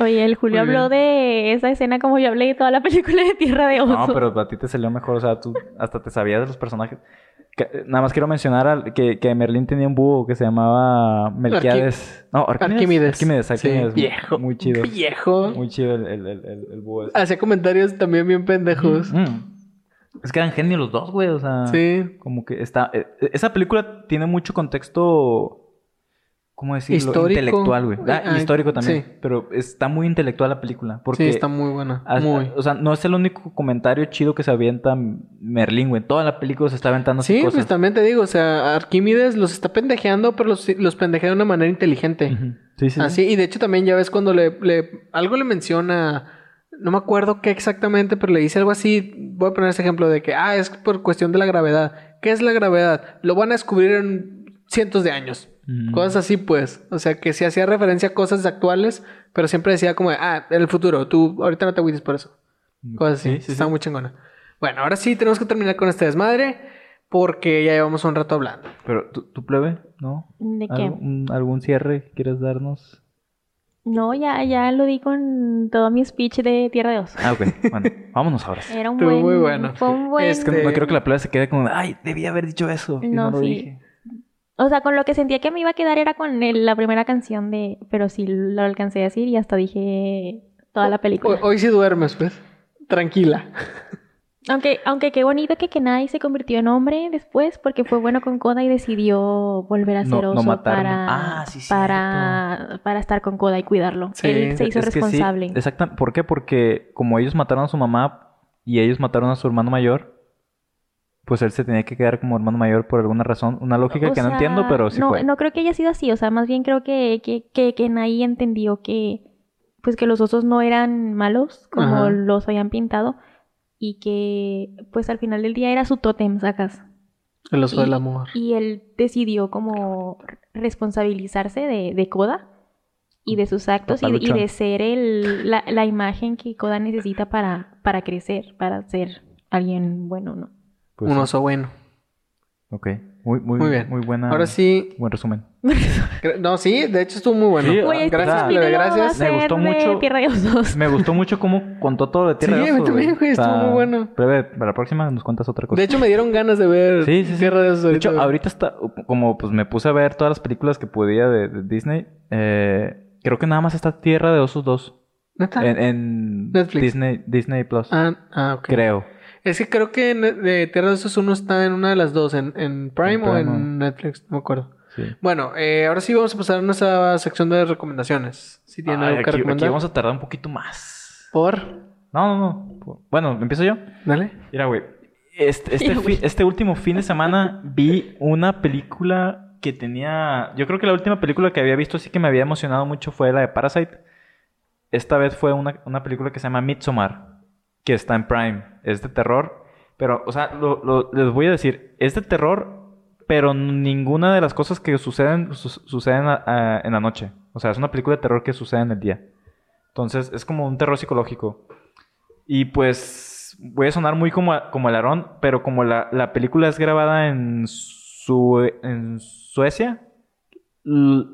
S2: Oye, el Julio
S1: Muy
S2: habló de esa escena como yo hablé de toda la [LAUGHS] película de Tierra de Osos.
S3: No, pero a ti te salió mejor, o sea, tú hasta te sabías de los personajes. Que- eh, nada más quiero mencionar al- que, que Merlín tenía un búho que se llamaba Melquiades. No, Arquímedes.
S1: Arquímedes.
S3: Arquímedes,
S1: Sí,
S3: Arquímedes.
S1: viejo.
S3: Muy chido.
S1: Viejo.
S3: Muy chido el, el, el, el- el búho ese.
S1: Hacía comentarios también bien pendejos.
S3: Mm. Es que eran genios los dos, güey, o sea.
S1: Sí.
S3: Como que está. eh, Esa película tiene mucho contexto. ¿Cómo decirlo?
S1: Histórico.
S3: Intelectual, güey. Ah,
S1: Ah,
S3: histórico también.
S1: sí.
S3: Pero está muy intelectual la película. Porque
S1: Sí, está muy buena.
S3: Haz-
S1: muy.
S3: O sea, no es el único comentario chido que se avienta Merlín, güey. En toda la película se está aventando
S1: Sí,
S3: así
S1: pues
S3: cosas.
S1: también te digo, o sea, Arquímedes los está pendejeando, pero los, los pendejea de una manera inteligente.
S3: Ujú. Sí, sí.
S1: Así, y de hecho también ya ves cuando le, le- algo le menciona, no me acuerdo qué exactamente, pero le dice algo así, voy a poner ese ejemplo de que, ah, es por cuestión de la gravedad. ¿Qué es la gravedad? Lo van a descubrir en cientos de años.
S3: Mm.
S1: Cosas así, pues. O sea, que sí hacía referencia a cosas actuales, pero siempre decía como, ah, en el futuro, tú ahorita no te agüites por eso. Cosas así.
S3: Sí, sí,
S1: Está muy chingona. Bueno, ahora sí tenemos que terminar con este desmadre, porque ya llevamos un rato hablando.
S3: Pero tú, tú, plebe, ¿no?
S2: ¿De qué?
S3: ¿Algún, algún cierre que quieras darnos?
S2: No, ya, ya lo di con todo mi speech de Tierra de Osos.
S3: Ah, ok.
S1: [LAUGHS]
S3: Bueno, vámonos ahora. sí.
S2: Era un
S1: Estuvo
S2: buen...
S1: muy bueno.
S2: Fue un buen...
S1: Es
S3: Es que no
S1: Este-
S3: creo que la plebe se quede como, ay, debí haber dicho eso. y
S2: No,
S3: no lo
S2: sí.
S3: dije.
S2: O sea, con lo que sentía que me iba a quedar era con el- la primera canción de... Pero sí lo alcancé a decir y hasta dije toda la película.
S1: Hoy, hoy sí duermes, pues. Tranquila.
S2: Aunque, aunque qué bonito que Kenai se convirtió en hombre después porque fue bueno con Koda y decidió volver a
S3: No-
S2: ser
S3: no
S2: oso
S3: matarlo.
S2: para,
S3: Ah, sí,
S2: para, para estar con Koda y cuidarlo.
S1: Sí,
S2: Él se hizo
S3: Es que sí,
S2: responsable.
S3: exacta- ¿Por qué? Porque como ellos mataron a su mamá y ellos mataron a su hermano mayor, pues él se tenía que quedar como hermano mayor por alguna razón. Una lógica
S2: O
S3: que no
S2: sea,
S3: entiendo, pero sí
S2: no,
S3: fue.
S2: no creo que haya sido así, o sea, más bien creo que, que, que Kenai entendió que pues que los osos no eran malos como
S1: Ajá.
S2: los habían pintado y que pues al final del día era su tótem, sacas.
S1: El oso
S2: Y-
S1: del amor.
S2: Y él decidió como responsabilizarse de, de Koda y de sus actos y,
S3: Papá
S2: de- y de
S3: luchón.
S2: ser el, la, la imagen que Koda necesita para, para crecer, para ser alguien bueno, ¿no? [LAUGHS]
S3: Pues
S1: un
S3: sí.
S1: oso bueno.
S3: Ok. Muy, muy,
S1: Muy
S3: muy
S1: bien.
S3: bien. Muy buena.
S1: Ahora sí.
S3: Buen resumen.
S1: gra- No, sí, de hecho estuvo muy bueno.
S3: Sí,
S2: Güey, este
S3: gracias,
S2: capítulo
S1: plebe,
S2: va a
S1: gracias.
S3: Me gustó
S2: ser de
S3: mucho.
S2: Tierra de
S3: [LAUGHS]
S2: Osos.
S3: Me gustó mucho cómo contó todo de Tierra
S1: Sí,
S3: de
S1: a mí
S3: Osos,
S1: también, güey, estuvo muy bueno.
S3: breve, para la próxima nos cuentas otra cosa.
S1: De hecho, me dieron ganas de ver
S3: Sí, sí, sí.
S1: Tierra de Osos
S3: De hecho,
S1: ahorita.
S3: ahorita está, como pues me puse a ver todas las películas que podía de, de Disney, eh, creo que nada más está Tierra de Osos 2
S2: Ah.
S1: ¿Neta?
S3: en, en
S1: Netflix.
S3: Disney, Disney Plus,
S1: Ah, ah, ok.
S3: creo.
S1: Es que creo que ne- de Tierra de Osos uno está en una de las dos, en, en Prime
S3: En
S1: o
S3: Prime,
S1: en Netflix, no me acuerdo.
S3: Sí.
S1: Bueno, eh, ahora sí vamos a pasar a nuestra sección de recomendaciones. Si tienen
S3: Ay,
S1: algo que
S3: aquí, aquí
S1: recomendar.
S3: vamos a tardar un poquito más.
S1: Por,
S3: No, no, no. Bueno, empiezo yo.
S1: dale.
S3: Mira, güey. Este, este
S2: Mira, güey.
S3: fi- este último fin de semana vi una película que tenía. Yo creo que la última película que había visto, así que me había emocionado mucho, fue la de Parasite. Esta vez fue una, una película que se llama Midsommar, que está en Prime. Es de terror, pero, o sea, lo- lo- les voy a decir, es de terror, pero ninguna de las cosas que suceden su- suceden a- a- en la noche. O sea, es una película de terror que sucede en el día. Entonces, es como un terror psicológico. Y pues voy a sonar muy como, a- como el Aarón, pero como la, la película es grabada en, su, en Suecia, l-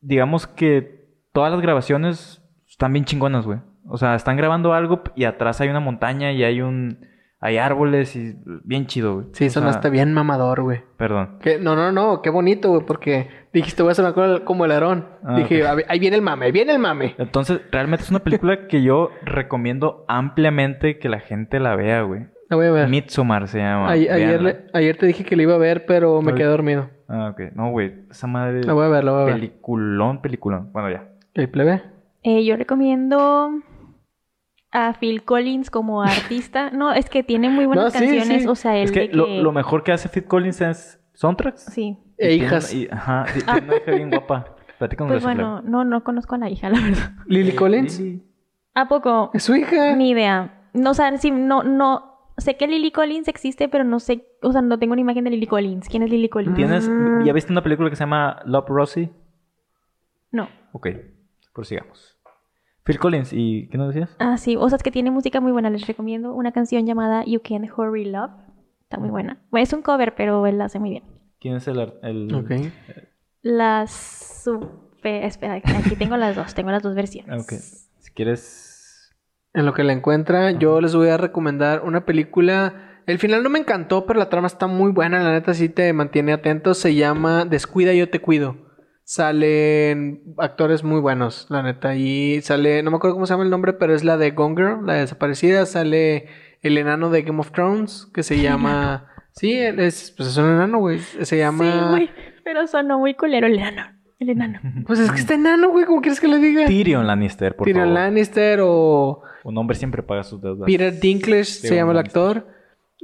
S3: digamos que todas las grabaciones están bien chingonas, güey. O sea, están grabando algo y atrás hay una montaña y hay un... Hay árboles y bien chido, güey.
S1: Sí,
S3: O sea,
S1: sonaste bien mamador, güey.
S3: Perdón.
S1: Que- No, no, no, qué bonito, güey, porque dijiste voy a sonar como el- como el Aarón.
S3: Ah,
S1: Dije, "A ver, ahí viene el mame, ahí viene el mame.
S3: Entonces, realmente es una película que yo recomiendo ampliamente que la gente la vea, güey.
S1: La voy a ver.
S3: Midsommar se llama.
S1: Ay- ayer,
S3: véanla.
S1: le- ayer te dije que la iba a ver, pero me
S3: Ay.
S1: quedé dormido.
S3: Ah, ok. No, güey. Esa madre.
S1: La voy a ver, la voy a ver.
S3: Peliculón, peliculón. Bueno, ya.
S1: El plebe.
S2: Eh, yo recomiendo a Phil Collins
S1: [LAUGHS]
S2: como artista. No, es que tiene muy buenas
S1: No, sí,
S2: canciones.
S1: sí.
S2: O sea, él
S3: Es que,
S2: de
S3: Lo,
S2: que-
S3: lo mejor que hace Phil Collins es soundtracks.
S2: Sí.
S3: Y
S1: E
S3: tiene-
S1: hijas.
S3: y- ajá. y Tiene una hija bien guapa. Platícanos
S2: Pues
S3: de eso,
S2: bueno, no, no conozco a la hija, la verdad.
S3: Clau.
S1: Lily Collins.
S3: eh, Lily.
S2: ¿A poco?
S1: Es su hija.
S2: Ni idea. No, o sea, sí, no, no. Sé que Lily Collins existe, pero no sé, o sea, no tengo una imagen de Lily Collins. ¿Quién es Lily Collins?
S1: Tiene-
S3: ¿Tienes,
S1: Mm.
S3: ¿Ya viste una película que se llama Love Rosie?
S2: No.
S3: Ok, prosigamos. Phil Collins, ¿y qué nos decías?
S2: Ah, sí, o sea, es que tiene música muy buena. Les recomiendo una canción llamada You Can't Hurry Love. Está muy buena. Bueno, es un cover, pero él la hace muy bien.
S3: ¿Quién es el... ar- el...
S1: Ok.
S2: Las super... Espera, aquí tengo las dos. Tengo las dos
S3: Ah,
S2: versiones.
S3: ok. Si quieres... [LAUGHS]
S1: En lo que la encuentra, yo les voy a recomendar una película. El final no me encantó, pero la trama está muy buena. La neta sí te mantiene atento. Se llama Descuida, yo te cuido. Salen actores muy buenos, la neta. Y sale, no me acuerdo cómo se llama el nombre, pero es la de Gone Girl, la desaparecida. Sale el enano de Game of Thrones, que se llama. Sí, él es, pues es un enano, güey. Se
S2: Sí,
S1: llama.
S2: güey. Pero sonó muy culero el enano. El enano.
S1: pues es que está enano, güey. ¿Cómo quieres que le diga?
S3: Tyrion Lannister, por
S1: Tyrion
S3: favor.
S1: Lannister o.
S3: Un hombre siempre paga sus deudas.
S1: Peter Dinklage se
S3: Digo,
S1: llama el
S3: no,
S1: actor.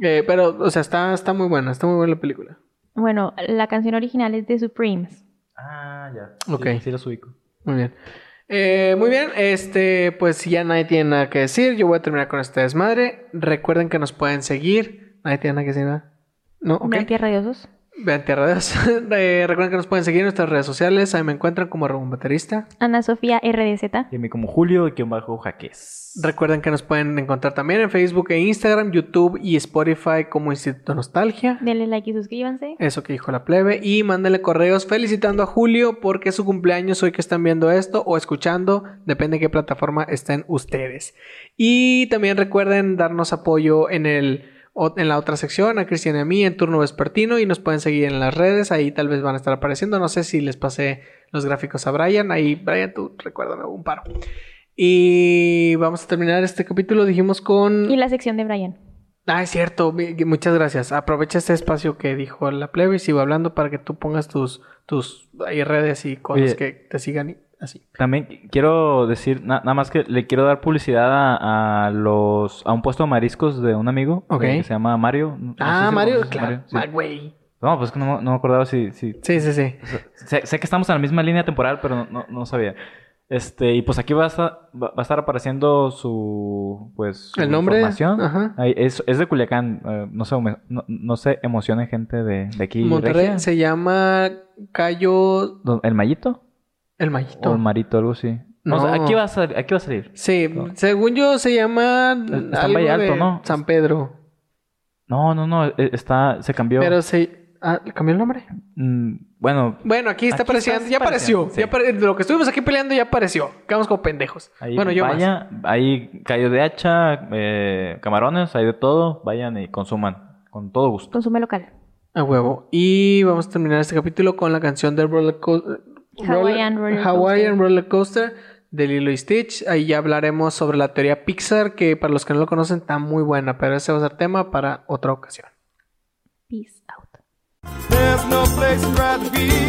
S1: Eh, pero, o sea, está, está muy buena, está muy buena la película.
S2: Bueno, la canción original es de Supremes.
S3: Ah, ya.
S1: Ok.
S3: Sí, sí los ubico.
S1: Muy bien. Eh, muy bien, este, pues si ya nadie tiene nada que decir, yo voy a terminar con este desmadre. Recuerden que nos pueden seguir. Nadie tiene nada que decir, ¿verdad? No, ok.
S2: Vean Tierra de Osos.
S1: Vean Tierra de Osos. [LAUGHS] Eh, recuerden que nos pueden seguir en nuestras redes sociales. Ahí me encuentran como Ramón Baterista.
S2: Ana Sofía RDZ.
S3: Y a mí como Julio y quien bajo Jaques.
S1: Recuerden que nos pueden encontrar también en Facebook e Instagram, YouTube y Spotify como Instituto Nostalgia.
S2: Denle like y suscríbanse.
S1: Eso que dijo la plebe. Y mándale correos felicitando a Julio porque es su cumpleaños hoy que están viendo esto o escuchando. Depende de qué plataforma estén ustedes. Y también recuerden darnos apoyo en el o- en la otra sección, a Cristian y a mí, en turno vespertino, y nos pueden seguir en las redes, ahí tal vez van a estar apareciendo, no sé si les pasé los gráficos a Brian, ahí Brian, tú recuérdame un paro. Y vamos a terminar este capítulo, dijimos con...
S2: Y la sección de Brian.
S1: Ah, es cierto. mi- Muchas gracias. Aprovecha este espacio que dijo la plebe y sigo hablando para que tú pongas tus, tus ahí redes y cosas
S3: Oye.
S1: que te sigan y así.
S3: También qu- quiero decir, na- nada más que le quiero dar publicidad a, a los a un puesto de mariscos de un amigo
S1: Ok.
S3: eh, que se llama Mario. No sé
S1: ah,
S3: si lo
S1: Mario,
S3: conoces,
S1: claro.
S3: sí.
S1: Ma- Güey.
S3: No, pues que no, me- no me acordaba si, si
S1: Sí. sí, sí,
S3: Sé, sé que estamos en la misma línea temporal, pero no, no- no sabía. Este, y pues aquí va a, estar, va va a estar apareciendo su, pues, su
S1: El nombre.
S3: información.
S1: Ajá.
S3: Ahí, es, es de Culiacán. eh, no, se, ome- no, no se emocionen gente de, de aquí.
S1: Monterrey
S3: regia.
S1: se llama Cayo
S3: Don- ¿El Mayito?
S1: El
S3: O
S1: Mallito.
S3: el Marito, algo así. No,
S1: No.
S3: sé, aquí, va a salir, aquí va a salir.
S1: Sí, según yo se llama
S3: Está en
S1: algo
S3: Valle Alto,
S1: de
S3: ¿no?
S1: San Pedro.
S3: No, no, no. eh, Está, se cambió.
S1: Pero se ah, cambió el nombre.
S3: Mm, bueno,
S1: Bueno, aquí está
S3: Aquí
S1: apareciendo,
S3: estás
S1: ya apareció,
S3: apareciendo,
S1: ya apare- lo que estuvimos aquí peleando ya apareció. Quedamos como pendejos.
S3: ahí
S1: bueno, yo más.
S3: vaya, ahí callo de hacha, eh, camarones, hay de todo. Vayan y consuman. Con todo gusto.
S2: Consume local.
S1: A huevo. Y vamos a terminar este capítulo con la canción del roller coaster.
S2: Hawaiian Roller Coaster.
S1: Hawaiian Roller Coaster de Lilo y Stitch. Ahí ya hablaremos sobre la teoría Pixar, que para los que no lo conocen está muy buena, pero ese va a ser tema para otra ocasión.
S2: Peace out.
S4: There's no place I'd rather be